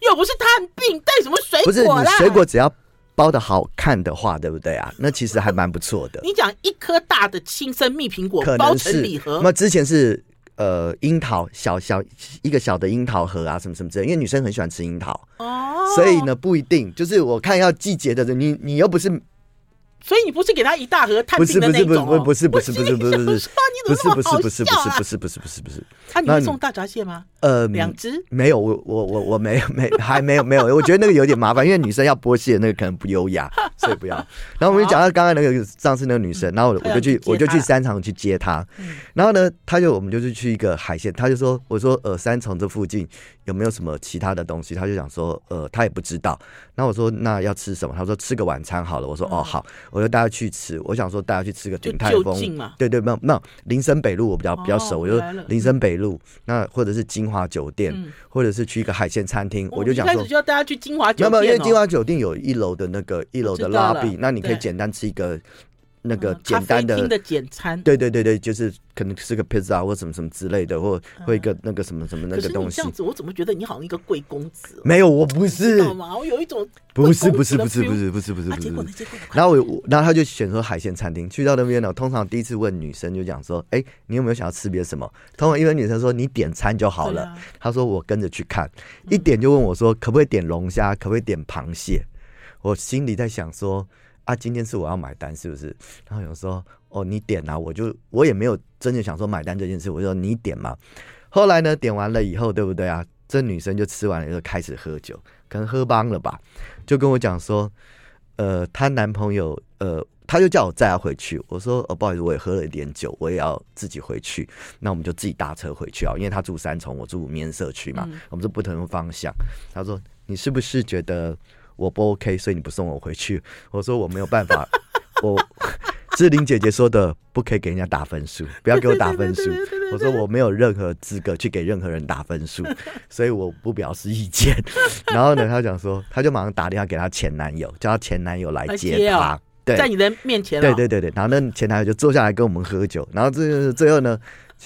[SPEAKER 1] 又不是探病，带什么水
[SPEAKER 2] 不是
[SPEAKER 1] 哎果啊
[SPEAKER 2] 你
[SPEAKER 1] 啦？
[SPEAKER 2] 水果只要包的好看的话，对不对啊？那其实还蛮不错的。
[SPEAKER 1] 你讲一颗大的青森蜜苹果
[SPEAKER 2] 可
[SPEAKER 1] 包
[SPEAKER 2] 能
[SPEAKER 1] 成
[SPEAKER 2] 是
[SPEAKER 1] 礼盒
[SPEAKER 2] 那，么之前是呃樱桃小小一个小的樱桃核啊，什么什么之类，因为女生很喜欢吃樱桃，
[SPEAKER 1] 哦，
[SPEAKER 2] 所以，呢不一定。就是我看要季节的，你你又不是
[SPEAKER 1] 所以你不是给他一大盒探
[SPEAKER 2] 不
[SPEAKER 1] 病
[SPEAKER 2] 是
[SPEAKER 1] 的
[SPEAKER 2] 不
[SPEAKER 1] 那
[SPEAKER 2] 是不
[SPEAKER 1] 种、
[SPEAKER 2] 是
[SPEAKER 1] 哦、
[SPEAKER 2] 不是不是不是不是不
[SPEAKER 1] 我
[SPEAKER 2] 是
[SPEAKER 1] 心里想
[SPEAKER 2] 不是
[SPEAKER 1] 说
[SPEAKER 2] 不是不是不是不是
[SPEAKER 1] 你怎么那么好笑啊啊，你
[SPEAKER 2] 不是不是不是不是那
[SPEAKER 1] 会
[SPEAKER 2] 你
[SPEAKER 1] 送大闸蟹吗？
[SPEAKER 2] 呃
[SPEAKER 1] 两只？
[SPEAKER 2] 没有，我我我我没有 没还没有没有，我觉得那个有点麻烦，因为女生要剥蟹，那个可能不优雅，所以不要。然后我们就讲到刚刚那个上次那个女生，然后我
[SPEAKER 1] 她
[SPEAKER 2] 我
[SPEAKER 1] 要
[SPEAKER 2] 就去
[SPEAKER 1] 去嗯接
[SPEAKER 2] 我就去
[SPEAKER 1] 她嗯
[SPEAKER 2] 三重去接她，然后呢，她就我们就是去一个海鲜，她就说我说呃三重这附近有没有什么其他的东西？她就想说呃她也不知道。然后我说那要吃什么？她说吃个晚餐好了。我说哦好，我就带她去吃。我想说带她去吃个
[SPEAKER 1] 就
[SPEAKER 2] 鼎泰
[SPEAKER 1] 嗯就
[SPEAKER 2] 丰
[SPEAKER 1] 近嘛，
[SPEAKER 2] 对对，没有没有林森北路我比较比较熟，
[SPEAKER 1] 哦
[SPEAKER 2] 我
[SPEAKER 1] 回
[SPEAKER 2] 就
[SPEAKER 1] 来了
[SPEAKER 2] 林森北路那或者是金华酒店。
[SPEAKER 1] 嗯哦
[SPEAKER 2] 或者是去一个海鲜餐厅，我就
[SPEAKER 1] 一
[SPEAKER 2] 讲
[SPEAKER 1] 开
[SPEAKER 2] 说
[SPEAKER 1] 始，就要带他去金华
[SPEAKER 2] 没
[SPEAKER 1] 酒
[SPEAKER 2] 有
[SPEAKER 1] 店、
[SPEAKER 2] 没
[SPEAKER 1] 哦，
[SPEAKER 2] 有，因为金华酒店有一楼的那个一楼
[SPEAKER 1] 我
[SPEAKER 2] 的
[SPEAKER 1] 知道了嗯
[SPEAKER 2] lobby，那你可以
[SPEAKER 1] 对
[SPEAKER 2] 简单吃一个那
[SPEAKER 1] 那
[SPEAKER 2] 个简单的，
[SPEAKER 1] 的简餐。
[SPEAKER 2] 对对对对，就是可能吃个 pizza 或什么什么之类的，或或一个那个什么什么那
[SPEAKER 1] 嗯可
[SPEAKER 2] 个
[SPEAKER 1] 是
[SPEAKER 2] 东
[SPEAKER 1] 你
[SPEAKER 2] 西
[SPEAKER 1] 这。样子，我怎么觉得你好像一个贵公子、哦？
[SPEAKER 2] 没有，我不是
[SPEAKER 1] 懂，吗？我有一种
[SPEAKER 2] 不是，
[SPEAKER 1] 贵
[SPEAKER 2] 不
[SPEAKER 1] 公
[SPEAKER 2] 是，
[SPEAKER 1] 子的
[SPEAKER 2] 不是，
[SPEAKER 1] feel
[SPEAKER 2] 不是，不是，不是，
[SPEAKER 1] 啊，
[SPEAKER 2] 不是
[SPEAKER 1] 结果
[SPEAKER 2] 不是
[SPEAKER 1] 呢？。结果
[SPEAKER 2] 然后我，我然后他就选择海鲜餐厅。去到那边呢，通常第一次问女生就讲说：“哎、你有没有想要吃别什么？”通常因为女生说：“你点餐就好
[SPEAKER 1] 对
[SPEAKER 2] 了
[SPEAKER 1] 啊。
[SPEAKER 2] 她说：“我跟着去看。”一点就问我说：“可不可以点龙虾？可不可以点螃蟹？”我心里在想说：“啊，今天是我要买单，是不是？”然后有说：“哦，你点啊！”我就我也没有真的想说买单这件事，我就说你点嘛。后来呢，点完了以后，对不对啊？这女生就吃完了以后开始喝酒，可能喝帮了吧，就跟我讲说，呃，她男朋友，呃，她就叫我载她回去。我说，哦，不好意思，我也喝了一点酒，我也要自己回去。那我们就自己搭车回去啊，因为她住
[SPEAKER 1] 嗯
[SPEAKER 2] 三重，我住五面社区嘛，我们是不同的方向。她说，你是不是觉得我不 OK，所以你不送我回去。我说我没有办 法，我志玲姐姐说的不可以给人家打分数，不要给我打分数
[SPEAKER 1] 对对对对对对。
[SPEAKER 2] 我说我没有任何资格去给任何人打分数，所以我不表示意见。 然后呢，她讲说，她就马上打电话给她前男友，叫她前男友来
[SPEAKER 1] 来接
[SPEAKER 2] 接
[SPEAKER 1] 哦
[SPEAKER 2] 她。对，
[SPEAKER 1] 在你的面前哦了、
[SPEAKER 2] 对对对对，然后那前男友就坐下来跟我们喝酒，然后最最后呢，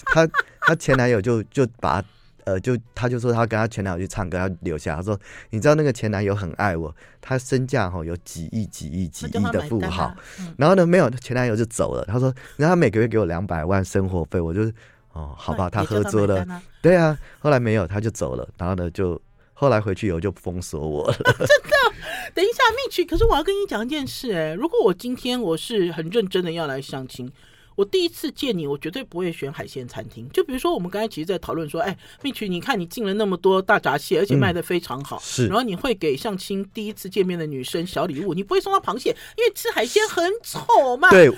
[SPEAKER 2] 她她前男友就就把呃就她就说她跟她前男友去唱歌，她留下，她说你知道那个前男友很爱我，他身价哈、有几亿几亿几
[SPEAKER 1] 那
[SPEAKER 2] 亿
[SPEAKER 1] 叫他
[SPEAKER 2] 的
[SPEAKER 1] 买
[SPEAKER 2] 富
[SPEAKER 1] 单
[SPEAKER 2] 豪
[SPEAKER 1] 啊，，嗯
[SPEAKER 2] 然后呢没有前男友就走了，她说然后他每个月给我两百万生活费，我就哦好吧，
[SPEAKER 1] 那
[SPEAKER 2] 他
[SPEAKER 1] 也叫
[SPEAKER 2] 喝
[SPEAKER 1] 买
[SPEAKER 2] 醉了
[SPEAKER 1] 单，啊
[SPEAKER 2] 对啊，后来没有他就走了，然后呢就后来回去以后就封锁我了，
[SPEAKER 1] 等一下，Mitch，可是我要跟你讲一件事、哎，如果我今天我是很认真的要来相亲，我第一次见你，我绝对不会选海鲜餐厅。就比如说我们刚才其实，在讨论说，哎、m i t c h 你看你进了那么多大闸蟹，而且卖的非常好，
[SPEAKER 2] 嗯是
[SPEAKER 1] 然后你会给相亲第一次见面的女生小礼物，你不会送她螃蟹，因为吃海鲜很丑嘛，，
[SPEAKER 2] 对
[SPEAKER 1] 剥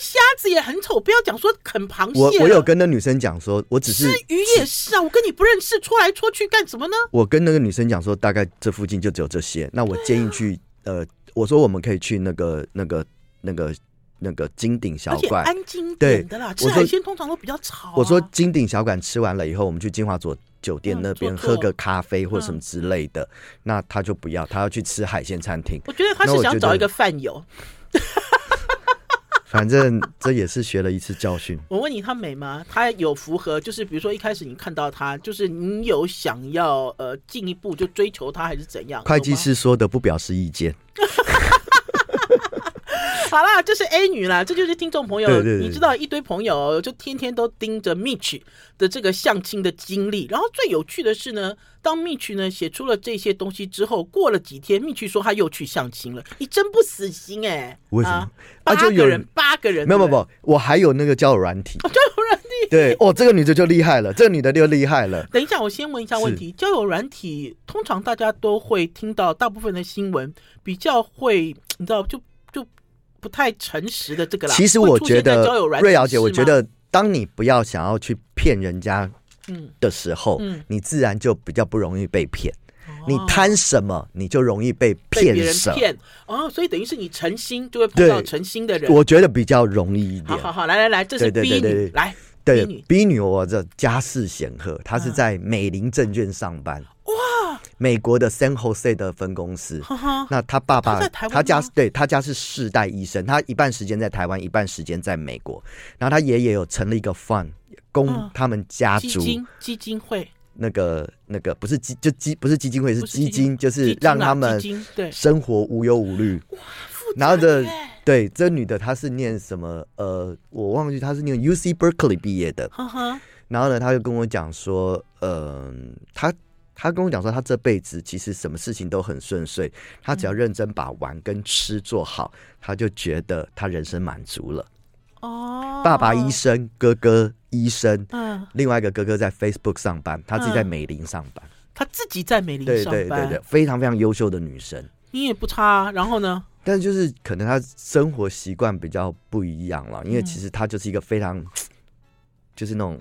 [SPEAKER 1] 虾子也很丑，不要讲说啃螃蟹
[SPEAKER 2] 我我
[SPEAKER 1] 了
[SPEAKER 2] 有跟那女生讲说，我只
[SPEAKER 1] 吃
[SPEAKER 2] 是
[SPEAKER 1] 鱼也是啊，我跟你不认识，戳来戳去干什么呢？
[SPEAKER 2] 我跟那个女生讲说，大概这附近就只有这些。那我建 议去、呃，我说我们可以去那个那个那个那个金鼎小
[SPEAKER 1] 而且哎
[SPEAKER 2] 馆。
[SPEAKER 1] 安静一点的啦，
[SPEAKER 2] 对
[SPEAKER 1] 吃
[SPEAKER 2] 我说
[SPEAKER 1] 海鲜通常都比较吵、啊。
[SPEAKER 2] 我说金鼎小馆吃完了以后，我们去金华左酒店
[SPEAKER 1] 嗯
[SPEAKER 2] 那边
[SPEAKER 1] 坐坐
[SPEAKER 2] 喝个咖啡或什么之类的。
[SPEAKER 1] 哦
[SPEAKER 2] 那他就不要，他要去吃海鲜餐厅。
[SPEAKER 1] 我觉得他
[SPEAKER 2] 那
[SPEAKER 1] 是
[SPEAKER 2] 我
[SPEAKER 1] 想
[SPEAKER 2] 觉
[SPEAKER 1] 找
[SPEAKER 2] 得
[SPEAKER 1] 一个饭友。
[SPEAKER 2] 反正这也是学了一次教 训。
[SPEAKER 1] 我问你，她美吗？她有符合？就是比如说一开始你看到她，就是你有想要呃进一步就追求她，还是怎样？
[SPEAKER 2] 会计
[SPEAKER 1] 有吗。
[SPEAKER 2] 师说的不表示意见。
[SPEAKER 1] 好啦，这是 A 女啦，这就是听众朋友，
[SPEAKER 2] 对对对
[SPEAKER 1] 你知道一堆朋友就天天都盯着 Mitch 的这个相亲的经历。然后最有趣的是呢，当 Mitch 呢写出了这些东西之后，过了几天，Mitch 说他又去相亲了。你真不死心哎、
[SPEAKER 2] 为什么
[SPEAKER 1] 啊八
[SPEAKER 2] 啊就
[SPEAKER 1] 个
[SPEAKER 2] 有
[SPEAKER 1] 人
[SPEAKER 2] 人，
[SPEAKER 1] 八个人，
[SPEAKER 2] 没有
[SPEAKER 1] 对哦
[SPEAKER 2] 没有，
[SPEAKER 1] 不
[SPEAKER 2] 没有我还有那个交友软体。
[SPEAKER 1] 对，就有人
[SPEAKER 2] 对哦，这个女的就厉害了，这个女的就厉害了。
[SPEAKER 1] 等一下，我先问一下问题：交友软体通常大家都会听到，大部分的新闻比较会，你知道，就就不太诚实的这个啦。
[SPEAKER 2] 其实
[SPEAKER 1] 会
[SPEAKER 2] 我
[SPEAKER 1] 出现
[SPEAKER 2] 觉
[SPEAKER 1] 在
[SPEAKER 2] 得
[SPEAKER 1] 交友软体
[SPEAKER 2] 瑞瑶姐，
[SPEAKER 1] 是吗
[SPEAKER 2] 我觉，得当你不要想要去骗人家
[SPEAKER 1] 嗯，
[SPEAKER 2] 的时候，
[SPEAKER 1] 嗯
[SPEAKER 2] 你自然就比较不容易被骗。你
[SPEAKER 1] 哦
[SPEAKER 2] 贪什么，你就容易被
[SPEAKER 1] 被别
[SPEAKER 2] 骗
[SPEAKER 1] 人
[SPEAKER 2] 什么。
[SPEAKER 1] 骗哦，所以等于是你诚心就会碰到
[SPEAKER 2] 对
[SPEAKER 1] 诚心的人。
[SPEAKER 2] 我觉得比较容易一
[SPEAKER 1] 好
[SPEAKER 2] 点。
[SPEAKER 1] 好好，来来来，这是
[SPEAKER 2] 对
[SPEAKER 1] B
[SPEAKER 2] 对对对
[SPEAKER 1] 女
[SPEAKER 2] 对
[SPEAKER 1] 来，
[SPEAKER 2] 对
[SPEAKER 1] 逼你
[SPEAKER 2] ，B 女，我这家世显赫，她是
[SPEAKER 1] 嗯
[SPEAKER 2] 在美林证券上班。哇！美国的 San Jose 的分公司。
[SPEAKER 1] 哈哈，
[SPEAKER 2] 那他爸
[SPEAKER 1] 她
[SPEAKER 2] 爸
[SPEAKER 1] 哦在台，湾
[SPEAKER 2] 他家
[SPEAKER 1] 吗
[SPEAKER 2] 对他家是世代医生，他一半时间在台湾，一半时间在美国。然后他爷爷有成立一个 fund，
[SPEAKER 1] 嗯
[SPEAKER 2] 供他们家
[SPEAKER 1] 基
[SPEAKER 2] 族
[SPEAKER 1] 金基金会
[SPEAKER 2] 那个那个不是基就基不是基金会是
[SPEAKER 1] 不是
[SPEAKER 2] 基金，就
[SPEAKER 1] 基
[SPEAKER 2] 是
[SPEAKER 1] 金
[SPEAKER 2] 让
[SPEAKER 1] 啦
[SPEAKER 2] 他们
[SPEAKER 1] 基金对哦
[SPEAKER 2] 生活无忧无虑。然后的对这女的她是念什么？呃，我忘记她是念 U C Berkeley 毕业的。
[SPEAKER 1] 哈哈，
[SPEAKER 2] 然后呢，她就跟我讲说，嗯、她她跟我讲说，她这辈子其实什么事情都很顺遂，她
[SPEAKER 1] 嗯
[SPEAKER 2] 只要认真把玩跟吃做好，她就觉得她人生满足了。
[SPEAKER 1] 哦，
[SPEAKER 2] 爸爸医，生，哥哥医生。
[SPEAKER 1] 嗯，
[SPEAKER 2] 另外一个哥哥在 Facebook 上班，她自己在
[SPEAKER 1] 嗯
[SPEAKER 2] 美林上班。
[SPEAKER 1] 他自己在美林
[SPEAKER 2] 对
[SPEAKER 1] 上
[SPEAKER 2] 对对
[SPEAKER 1] 班
[SPEAKER 2] 对，，非常非常优秀的女生，
[SPEAKER 1] 你也不差啊，然后呢？
[SPEAKER 2] 但是就是可能她生活习惯比较不一样了，因为
[SPEAKER 1] 嗯
[SPEAKER 2] 其实她就是一个非常，就是那种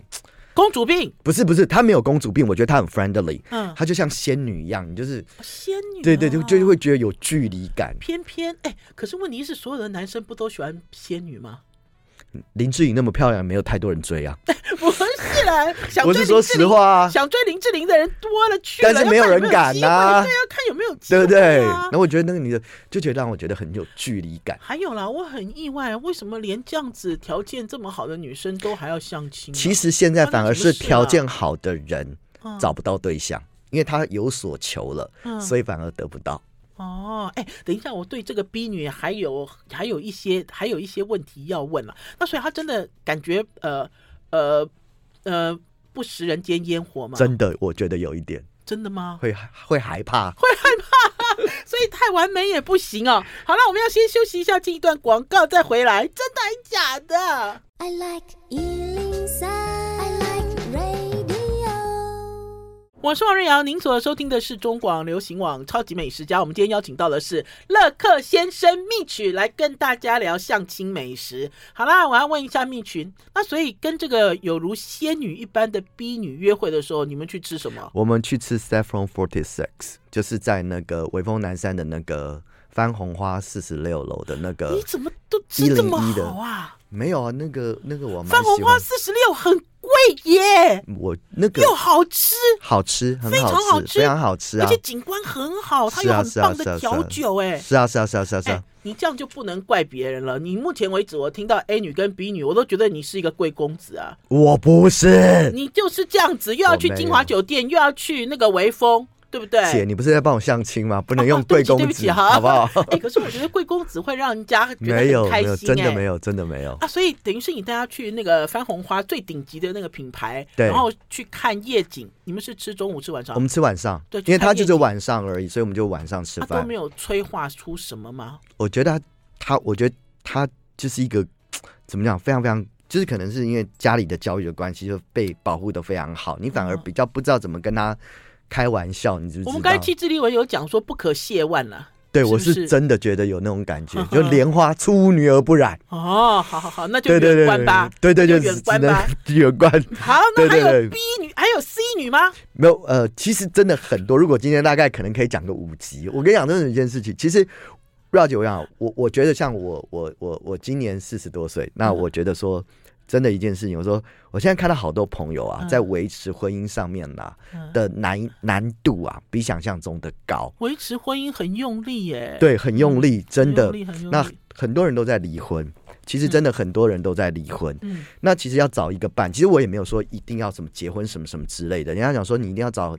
[SPEAKER 1] 公主病，
[SPEAKER 2] 不是不是，她没有公主病，我觉得她很 friendly，
[SPEAKER 1] 嗯，
[SPEAKER 2] 她就像仙女一样，你就是
[SPEAKER 1] 仙女、啊，
[SPEAKER 2] 对对，就就会觉得有距离感。
[SPEAKER 1] 偏偏哎、可是问题是，所有的男生不都喜欢仙女吗？
[SPEAKER 2] 林志颖那么漂亮，没有太多人追啊，
[SPEAKER 1] 不是啦，想
[SPEAKER 2] 我
[SPEAKER 1] 追林
[SPEAKER 2] 是说
[SPEAKER 1] 志
[SPEAKER 2] 实
[SPEAKER 1] 玲，
[SPEAKER 2] 话啊，
[SPEAKER 1] 想追林志玲的人多了去了，
[SPEAKER 2] 但是没有人敢
[SPEAKER 1] 呐、
[SPEAKER 2] 啊
[SPEAKER 1] 对啊，看有没有机会、啊，
[SPEAKER 2] 对不对？然后我觉得那个女的就觉得让我觉得很有距离感。
[SPEAKER 1] 还有啦，我很意外，为什么连这样子条件这么好的女生都还要相亲啊、
[SPEAKER 2] 其实现在反而是条件好的人
[SPEAKER 1] 嗯
[SPEAKER 2] 找不到对象，因为他有所求了，
[SPEAKER 1] 嗯
[SPEAKER 2] 所以反而得不到。
[SPEAKER 1] 哦，哎、等一下，我对这个 B 女还有还有一些还有一些问题要问了。那所以她真的感觉呃呃呃不食人间烟火吗？
[SPEAKER 2] 真的，我觉得有一点
[SPEAKER 1] 真的吗？
[SPEAKER 2] 会会害怕。
[SPEAKER 1] 所以太完美也不行哦。好了，我们要先休息一下，进一段广告再回来。真的还假的？
[SPEAKER 3] I like Ealing Sound. I like radio.
[SPEAKER 1] 我我是王瑞瑶，您所收听的是中广流行网《超级美食家》。我们今天邀请到的是乐克先生蜜曲来跟大家聊相亲美食。好啦，我要问一下蜜群，那所以跟这个有如仙女一般的 B 女约会的时候，你们去吃什么？
[SPEAKER 2] 我们去吃 Saffron Forty Six，就是在那个威风南山的那个番红花四十六楼的那个
[SPEAKER 1] 你。怎么都吃这么
[SPEAKER 2] 101的
[SPEAKER 1] 好啊？
[SPEAKER 2] 没有啊，那个那个我蛮
[SPEAKER 1] 番红
[SPEAKER 2] 喜
[SPEAKER 1] 花
[SPEAKER 2] 欢。
[SPEAKER 1] 四十六很贵耶，
[SPEAKER 2] 我那个
[SPEAKER 1] 又好吃，
[SPEAKER 2] 好吃，很
[SPEAKER 1] 非常好
[SPEAKER 2] 好
[SPEAKER 1] 吃
[SPEAKER 2] 非常好吃
[SPEAKER 1] 而
[SPEAKER 2] 啊
[SPEAKER 1] 且！景观很好，它
[SPEAKER 2] 是
[SPEAKER 1] 有
[SPEAKER 2] 啊
[SPEAKER 1] 很
[SPEAKER 2] 是啊
[SPEAKER 1] 棒
[SPEAKER 2] 是
[SPEAKER 1] 的
[SPEAKER 2] 啊是啊
[SPEAKER 1] 调酒哎。
[SPEAKER 2] 是啊是啊是啊是啊是
[SPEAKER 1] 哎
[SPEAKER 2] 啊，
[SPEAKER 1] 你这样就不能怪别人了。你目前为止，我听到 A 女跟 B 女，我都觉得你是一个贵公子啊！
[SPEAKER 2] 我不是
[SPEAKER 1] 你就是这样子，又要去
[SPEAKER 2] 我没有
[SPEAKER 1] 金华酒店，又要去那个微风，对不对？
[SPEAKER 2] 姐，你不是在帮我相亲 吗？不能用
[SPEAKER 1] 啊哎对不起
[SPEAKER 2] 公
[SPEAKER 1] 对不起
[SPEAKER 2] 子，
[SPEAKER 1] 哈
[SPEAKER 2] 好不好？
[SPEAKER 1] 哎、可是我觉得贵公子会让人家觉得
[SPEAKER 2] 没有
[SPEAKER 1] 很
[SPEAKER 2] 没
[SPEAKER 1] 开
[SPEAKER 2] 有，
[SPEAKER 1] 心、哎，
[SPEAKER 2] 真的没有，真的没有。
[SPEAKER 1] 啊！所以等于是你带他去那个番红花最顶级的那个品牌，
[SPEAKER 2] 对
[SPEAKER 1] 然后去看夜景。你们是吃中午吃晚上
[SPEAKER 2] 我？们吃晚上，
[SPEAKER 1] 对
[SPEAKER 2] 因为它
[SPEAKER 1] 看夜
[SPEAKER 2] 就只有
[SPEAKER 1] 景
[SPEAKER 2] 晚上而已，所以我们就晚上吃
[SPEAKER 1] 他都
[SPEAKER 2] 饭
[SPEAKER 1] 没。有催化出什么吗？
[SPEAKER 2] 我觉得他，他，我觉得他就是一个怎么讲，非常非常，就是可能是因为家里的教育的关系，就被保护的非常好，你反而
[SPEAKER 1] 嗯
[SPEAKER 2] 比较不知道怎么跟他开玩笑，你知不知道？
[SPEAKER 1] 我们刚才气质立文有讲说不可亵玩啊了。
[SPEAKER 2] 对
[SPEAKER 1] 是
[SPEAKER 2] 我
[SPEAKER 1] 不是
[SPEAKER 2] 是真的觉得有那种感觉，就莲花出污泥而不染。
[SPEAKER 1] 哦，好好好，那就
[SPEAKER 2] 对对
[SPEAKER 1] 远
[SPEAKER 2] 对
[SPEAKER 1] 观吧。
[SPEAKER 2] 对对
[SPEAKER 1] 就
[SPEAKER 2] 对，就
[SPEAKER 1] 远
[SPEAKER 2] 只
[SPEAKER 1] 观吧
[SPEAKER 2] 能远观。
[SPEAKER 1] 好，那
[SPEAKER 2] 对
[SPEAKER 1] 还
[SPEAKER 2] 对
[SPEAKER 1] 有
[SPEAKER 2] 对
[SPEAKER 1] B 女，还有 C 女吗？
[SPEAKER 2] 没有，呃，其实真的很多。如果今天大概可能可以讲个五集，我跟你讲，真的有一件事情，其实。绕姐，我想，我我觉得像我我我我今年四十多岁，那
[SPEAKER 1] 嗯
[SPEAKER 2] 我觉得说，真的一件事情，我说我现在看到好多朋友啊
[SPEAKER 1] 嗯，
[SPEAKER 2] 在维持婚姻上面呐、
[SPEAKER 1] 嗯
[SPEAKER 2] 的难难度啊，比想象中的高，
[SPEAKER 1] 维持婚姻很用力耶。，
[SPEAKER 2] 对，很用力，真的
[SPEAKER 1] 呃嗯很用。力，很用
[SPEAKER 2] 那
[SPEAKER 1] 力。
[SPEAKER 2] 很多人都在离婚，其实真的很多人都在离婚，
[SPEAKER 1] 嗯
[SPEAKER 2] 那其实要找一个伴，其实我也没有说一定要什么结婚什么什么之类的。人家讲说你一定要找，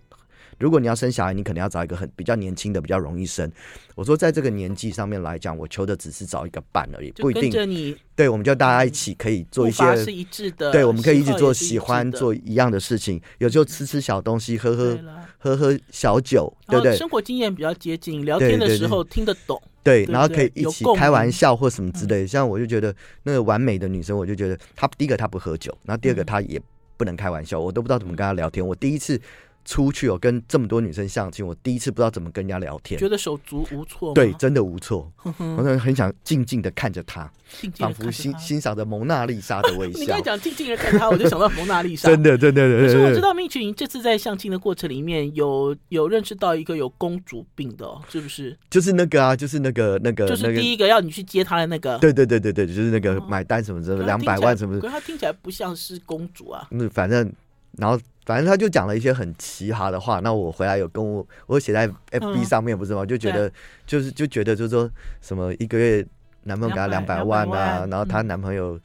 [SPEAKER 2] 如果你要生小孩，你可能要找一个很比较年轻的，比较容易生。我说在这个年纪上面来讲，我求的只是找一个伴而已，
[SPEAKER 1] 就
[SPEAKER 2] 不一
[SPEAKER 1] 跟着嗯
[SPEAKER 2] 定。
[SPEAKER 1] 你
[SPEAKER 2] 对，我们就大家一起可以做
[SPEAKER 1] 步
[SPEAKER 2] 一些
[SPEAKER 1] 伐是一致的，
[SPEAKER 2] 对，我们可以一直做
[SPEAKER 1] 喜好也是
[SPEAKER 2] 喜欢
[SPEAKER 1] 致的
[SPEAKER 2] 做一样的事情，有时候吃吃小东西，
[SPEAKER 1] 对
[SPEAKER 2] 喝喝
[SPEAKER 1] 了。
[SPEAKER 2] 喝喝小酒，对
[SPEAKER 1] 然
[SPEAKER 2] 不
[SPEAKER 1] 后
[SPEAKER 2] 对？
[SPEAKER 1] 生活经验比较接近，聊
[SPEAKER 2] 对
[SPEAKER 1] 天的
[SPEAKER 2] 对
[SPEAKER 1] 时
[SPEAKER 2] 对
[SPEAKER 1] 候听得懂，
[SPEAKER 2] 对，
[SPEAKER 1] 对
[SPEAKER 2] 然后
[SPEAKER 1] 不
[SPEAKER 2] 可以
[SPEAKER 1] 对
[SPEAKER 2] 一
[SPEAKER 1] 有
[SPEAKER 2] 起
[SPEAKER 1] 共
[SPEAKER 2] 开玩
[SPEAKER 1] 鸣嗯
[SPEAKER 2] 笑或什么之类的。像我就觉得那个完美的女生，我就觉得她第一个她不喝酒，然后第二个
[SPEAKER 1] 嗯
[SPEAKER 2] 她也不能开玩笑，我都不知道怎么跟她聊天。我第一次出去，我哦跟这么多女生相亲，我第一次不知道怎么跟人家聊天
[SPEAKER 1] 觉。得手足无措吗。
[SPEAKER 2] 对，真的无措，
[SPEAKER 1] 哼哼
[SPEAKER 2] 我真的很想静静的看着她，
[SPEAKER 1] 静静
[SPEAKER 2] 仿
[SPEAKER 1] 地看
[SPEAKER 2] 佛
[SPEAKER 1] 着
[SPEAKER 2] 欣
[SPEAKER 1] 他
[SPEAKER 2] 欣赏着蒙娜丽莎的微
[SPEAKER 1] 你
[SPEAKER 2] 笑
[SPEAKER 1] 刚才。讲静静的看他，我就想到蒙娜丽莎。
[SPEAKER 2] 真的，真的，
[SPEAKER 1] 可
[SPEAKER 2] 可
[SPEAKER 1] 是我知道命群这次在相亲的过程里面有有认识到一个有公主病的、哦，是不是？
[SPEAKER 2] 就是那个啊，就是那个那个
[SPEAKER 1] 就是
[SPEAKER 2] 那个
[SPEAKER 1] 第，一个要你去接她的那个。
[SPEAKER 2] 对对对对对，就是那个
[SPEAKER 1] 哦
[SPEAKER 2] 买单什么什
[SPEAKER 1] 可
[SPEAKER 2] 么
[SPEAKER 1] 是她
[SPEAKER 2] 两
[SPEAKER 1] 听
[SPEAKER 2] 百
[SPEAKER 1] 起来
[SPEAKER 2] 万什么
[SPEAKER 1] 可是她听起来不像是公主啊。
[SPEAKER 2] 嗯，反正然后反正他就讲了一些很奇葩的话。那我回来有跟我我有写在 FB
[SPEAKER 1] 嗯
[SPEAKER 2] 上面不是吗？就觉得就是就觉得就是说什么一个月男朋友给她两
[SPEAKER 1] 200
[SPEAKER 2] 百万啊，
[SPEAKER 1] 200
[SPEAKER 2] 然后她男朋友。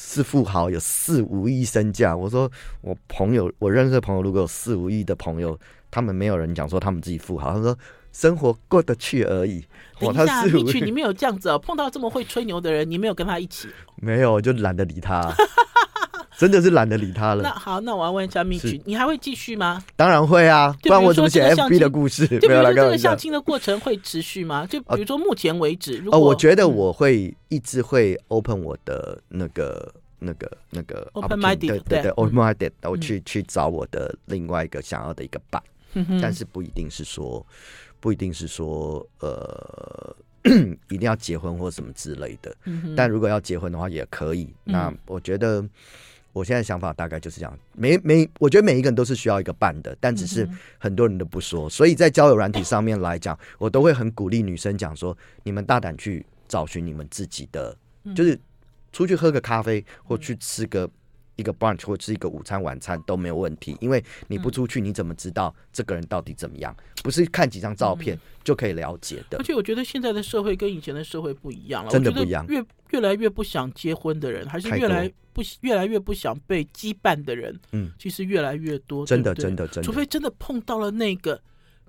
[SPEAKER 2] 是富豪，有四五亿身价。我说我朋友，我认识的朋友，如果有四五亿的朋友，他们没有人讲说他们自己富豪，他们说生活过得去而已。
[SPEAKER 1] 等一
[SPEAKER 2] 哇，哦他
[SPEAKER 1] 下，
[SPEAKER 2] 四
[SPEAKER 1] 命
[SPEAKER 2] 五
[SPEAKER 1] 群你
[SPEAKER 2] 亿
[SPEAKER 1] 没有这样子哦，碰到这么会吹牛的人，你没有跟他一 起。
[SPEAKER 2] 没有，我就懒得理他，真的是懒得理他
[SPEAKER 1] 那
[SPEAKER 2] 了。
[SPEAKER 1] 好，那我要问一下命群，你还会继续吗？
[SPEAKER 2] 当然会啊，
[SPEAKER 1] 就
[SPEAKER 2] 不然
[SPEAKER 1] 比如
[SPEAKER 2] 我怎么
[SPEAKER 1] 说这
[SPEAKER 2] 写
[SPEAKER 1] 个相
[SPEAKER 2] FB 的
[SPEAKER 1] 亲
[SPEAKER 2] 故事？
[SPEAKER 1] 就比
[SPEAKER 2] 没
[SPEAKER 1] 如
[SPEAKER 2] 有啦
[SPEAKER 1] 说
[SPEAKER 2] 开
[SPEAKER 1] 这个
[SPEAKER 2] 玩笑
[SPEAKER 1] 相亲的过程会持续吗？就比如说目前为止，如果嗯
[SPEAKER 2] 哦，我觉得我会一直会 open 我的那个、那个、那个
[SPEAKER 1] Open
[SPEAKER 2] opportunity，
[SPEAKER 1] minded，
[SPEAKER 2] 对
[SPEAKER 1] 对
[SPEAKER 2] 对对
[SPEAKER 1] 嗯
[SPEAKER 2] ，open minded，我去去找我的另外一个想要的一个伴，
[SPEAKER 1] 嗯哼
[SPEAKER 2] 但是不一定是说，不一定是说，呃， 一定要结婚或什么之类的。
[SPEAKER 1] 嗯哼
[SPEAKER 2] 但如果要结婚的话，也可以。
[SPEAKER 1] 嗯
[SPEAKER 2] 那我觉得。我现在想法大概就是这样，每每我觉得每一个人都是需要一个伴的，但只是
[SPEAKER 1] 嗯哼
[SPEAKER 2] 很多人都不说，所以在交友软体上面来讲，我都会很鼓励女生讲说，你们大胆去找寻你们自己的，
[SPEAKER 1] 嗯
[SPEAKER 2] 就是出去喝个咖啡或去吃个一个 brunch 或吃一个午餐晚餐都没有问题，因为你不出去你怎么知道这个人到底怎么样？不是看几张照
[SPEAKER 1] 嗯
[SPEAKER 2] 片就可以了解的
[SPEAKER 1] 而。且我觉得现在的社会跟以前的社会不一样了，
[SPEAKER 2] 真的
[SPEAKER 1] 我觉得
[SPEAKER 2] 不一样
[SPEAKER 1] 越越来越不想结婚的人，还是
[SPEAKER 2] 太
[SPEAKER 1] 越
[SPEAKER 2] 多
[SPEAKER 1] 来不越来越不想被羁绊的人，
[SPEAKER 2] 嗯，
[SPEAKER 1] 其实越来越多。
[SPEAKER 2] 真的
[SPEAKER 1] 对不对
[SPEAKER 2] 真的真的
[SPEAKER 1] 除非真的碰到了那个，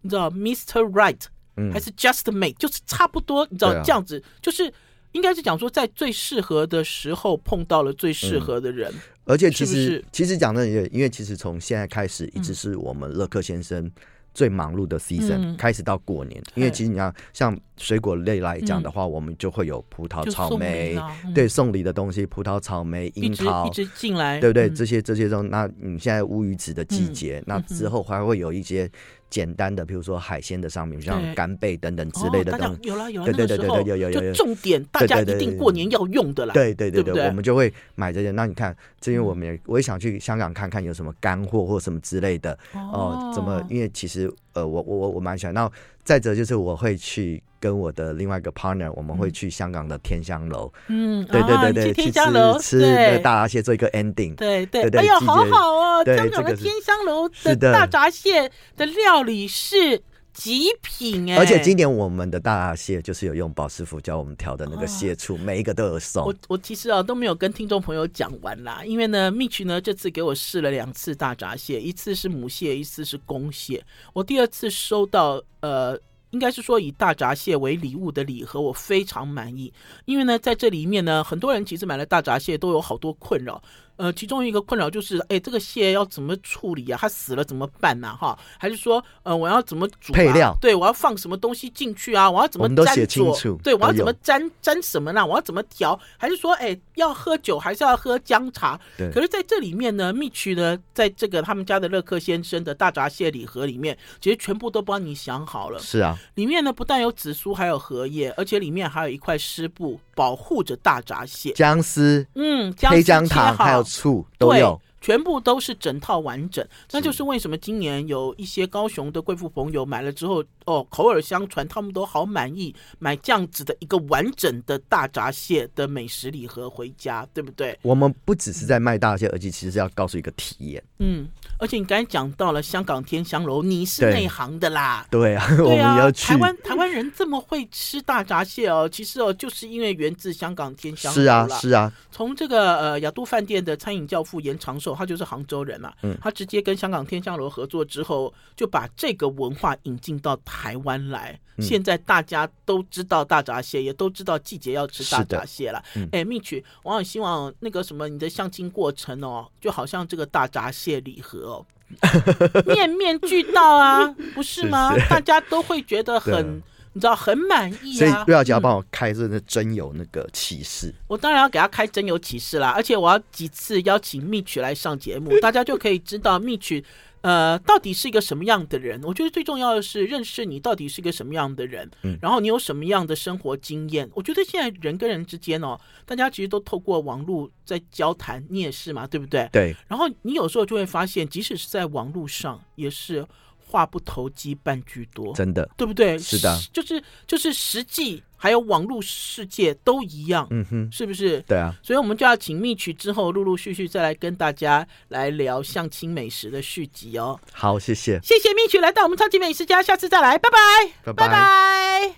[SPEAKER 1] 你知道，Mr. Right
[SPEAKER 2] 嗯
[SPEAKER 1] 还，是 Just Mate，就是差不多，你知道
[SPEAKER 2] 对啊
[SPEAKER 1] 这样子，就是应该是讲说，在最适合的时候碰到了最适合的人。
[SPEAKER 2] 而且其实
[SPEAKER 1] 是不嗯是
[SPEAKER 2] 其实讲真的也，因为其实从现在开始一直是我们乐克先生最忙碌的 season，、
[SPEAKER 1] 嗯
[SPEAKER 2] 开始到过年，因为
[SPEAKER 1] 对嗯
[SPEAKER 2] 其实你看，像水果类来讲的话，我们就会有葡萄、
[SPEAKER 1] 就
[SPEAKER 2] 草
[SPEAKER 1] 送礼
[SPEAKER 2] 莓
[SPEAKER 1] 啦，嗯
[SPEAKER 2] 对送礼的东西，葡萄、草莓、
[SPEAKER 1] 一
[SPEAKER 2] 樱
[SPEAKER 1] 直
[SPEAKER 2] 桃
[SPEAKER 1] 一，直进来，
[SPEAKER 2] 对不对？
[SPEAKER 1] 嗯
[SPEAKER 2] 这些这些中，那你现在乌鱼子的季节，那之后还会有一些简单的，比如说海鲜的商品，
[SPEAKER 1] 对
[SPEAKER 2] 像干贝等等之类的
[SPEAKER 1] 哦大
[SPEAKER 2] 东
[SPEAKER 1] 家有啦有啦，
[SPEAKER 2] 对对
[SPEAKER 1] 那个
[SPEAKER 2] 对
[SPEAKER 1] 时
[SPEAKER 2] 对
[SPEAKER 1] 候
[SPEAKER 2] 对有有有
[SPEAKER 1] 就
[SPEAKER 2] 有
[SPEAKER 1] 重点，大家
[SPEAKER 2] 对对
[SPEAKER 1] 一
[SPEAKER 2] 对
[SPEAKER 1] 定
[SPEAKER 2] 对
[SPEAKER 1] 过年要用的啦。
[SPEAKER 2] 对对
[SPEAKER 1] 对
[SPEAKER 2] 对
[SPEAKER 1] 不
[SPEAKER 2] 对，
[SPEAKER 1] 对嗯
[SPEAKER 2] 我们就会买这些。那你看，这因为我们也我也想去香港看看有什么干货或什么之类的哦、怎么？因为其实呃，我我我我蛮喜欢。那再者就是我会去跟我的另外一个 partner，我们会去香港的天香楼，
[SPEAKER 1] 嗯，
[SPEAKER 2] 对对
[SPEAKER 1] 啊嗯
[SPEAKER 2] 对
[SPEAKER 1] 你
[SPEAKER 2] 对，
[SPEAKER 1] 去
[SPEAKER 2] 去
[SPEAKER 1] 天香楼
[SPEAKER 2] 吃吃那
[SPEAKER 1] 对
[SPEAKER 2] 大闸蟹做一个 ending。
[SPEAKER 1] 对对，
[SPEAKER 2] 对对
[SPEAKER 1] 哎呦，
[SPEAKER 2] 季节
[SPEAKER 1] 好好哦！
[SPEAKER 2] 对
[SPEAKER 1] 香港
[SPEAKER 2] 这
[SPEAKER 1] 的
[SPEAKER 2] 个是
[SPEAKER 1] 天香楼
[SPEAKER 2] 是的
[SPEAKER 1] 大闸蟹的料理是极品哎，
[SPEAKER 2] 而且今年我们的大闸蟹就是有用宝师傅教我们调的那个蟹醋，每一个都有送
[SPEAKER 1] 我。我其实啊都没有跟听众朋友讲完啦，因为呢，Mitch 呢这次给我试了两次大闸蟹，一次是母蟹，一次是公蟹。我第二次收到呃，应该是说以大闸蟹为礼物的礼盒，我非常满意，因为呢，在这里面呢，很多人其实买了大闸蟹都有好多困扰。呃，其中一个困扰就是，哎，这个蟹要怎么处理啊？它死了怎么办呐、哈，还是说，呃，我要怎么煮、啊、
[SPEAKER 2] 配料
[SPEAKER 1] 对，我要放什么东西进去啊？我要怎么
[SPEAKER 2] 我们都
[SPEAKER 1] 沾
[SPEAKER 2] 写清
[SPEAKER 1] 佐
[SPEAKER 2] 楚
[SPEAKER 1] 对，我要
[SPEAKER 2] 都
[SPEAKER 1] 怎么
[SPEAKER 2] 有
[SPEAKER 1] 沾沾什么呢？我要怎么调？还是说，哎，要喝酒还是要喝姜茶？
[SPEAKER 2] 对
[SPEAKER 1] 可是在这里面呢，蜜曲呢，在这个他们家的乐克先生的大闸蟹礼盒里面，其实全部都帮你想好了。
[SPEAKER 2] 是啊，
[SPEAKER 1] 里面呢不但有紫苏，还有荷叶，而且里面还有一块湿布保护着大闸蟹。
[SPEAKER 2] 姜丝、
[SPEAKER 1] 嗯，
[SPEAKER 2] 黑
[SPEAKER 1] 姜
[SPEAKER 2] 姜
[SPEAKER 1] 丝切
[SPEAKER 2] 糖
[SPEAKER 1] 好
[SPEAKER 2] 还有醋都
[SPEAKER 1] 对，
[SPEAKER 2] 有。
[SPEAKER 1] 全部都是整套完整。那就是为什么今年有一些高雄的贵妇朋友买了之后，哦，口耳相传，他们都好满意，买这样子的一个完整的大闸蟹的美食礼盒回家，对不对？
[SPEAKER 2] 我们不只是在卖大闸蟹，而且其实是要告诉一个体验。
[SPEAKER 1] 嗯，而且你刚才讲到了香港天香楼，你是
[SPEAKER 2] 对
[SPEAKER 1] 内行的啦。
[SPEAKER 2] 对啊，我
[SPEAKER 1] 对
[SPEAKER 2] 们
[SPEAKER 1] 啊，
[SPEAKER 2] 要去
[SPEAKER 1] 台。湾台湾人这么会吃大闸蟹哦，其实哦，就是因为源自香港天香楼
[SPEAKER 2] 是啊，
[SPEAKER 1] 啦
[SPEAKER 2] 是啊，
[SPEAKER 1] 从这个呃雅都饭店的餐饮教父严长寿，他就是杭州人嘛，
[SPEAKER 2] 嗯
[SPEAKER 1] 他直接跟香港天香楼合作之后，就把这个文化引进到台湾来。
[SPEAKER 2] 嗯
[SPEAKER 1] 现在大家都知道大闸蟹，也都知道季节要吃大
[SPEAKER 2] 是的嗯
[SPEAKER 1] 闸蟹了。哎、蜜曲，我很希望那个什么你的相亲过程哦，就好像这个大闸蟹礼盒 哦。面面俱到啊，不是吗？
[SPEAKER 2] 是是
[SPEAKER 1] 大家都会觉得很
[SPEAKER 2] 对啊，
[SPEAKER 1] 你知道很满意
[SPEAKER 2] 所以
[SPEAKER 1] 啊。
[SPEAKER 2] 瑞小姐要帮我开这个真有那个启示，
[SPEAKER 1] 我当然要给他开真有启示啦，而且我要几次邀请蜜曲来上节目，大家就可以知道蜜曲呃到底是一个什么样的人。我觉得最重要的是认识你到底是一个什么样的人，然后你有什么样的生活经验。我觉得现在人跟人之间哦，大家其实都透过网络在交谈，你也是嘛，对不对？
[SPEAKER 2] 对，
[SPEAKER 1] 然后你有时候就会发现，即使是在网络上，也是话不投机半句多。
[SPEAKER 2] 真的，
[SPEAKER 1] 对不对？
[SPEAKER 2] 是的
[SPEAKER 1] 实就是就是实际，还有网络世界都一样，
[SPEAKER 2] 嗯哼，
[SPEAKER 1] 是不是？
[SPEAKER 2] 对啊，
[SPEAKER 1] 所以我们就要请蜜曲之后，陆陆续续再来跟大家来聊相亲美食的续集哦。
[SPEAKER 2] 好，谢谢，
[SPEAKER 1] 谢谢蜜曲来到我们超级美食家，下次再来，拜拜，
[SPEAKER 2] 拜
[SPEAKER 1] 拜拜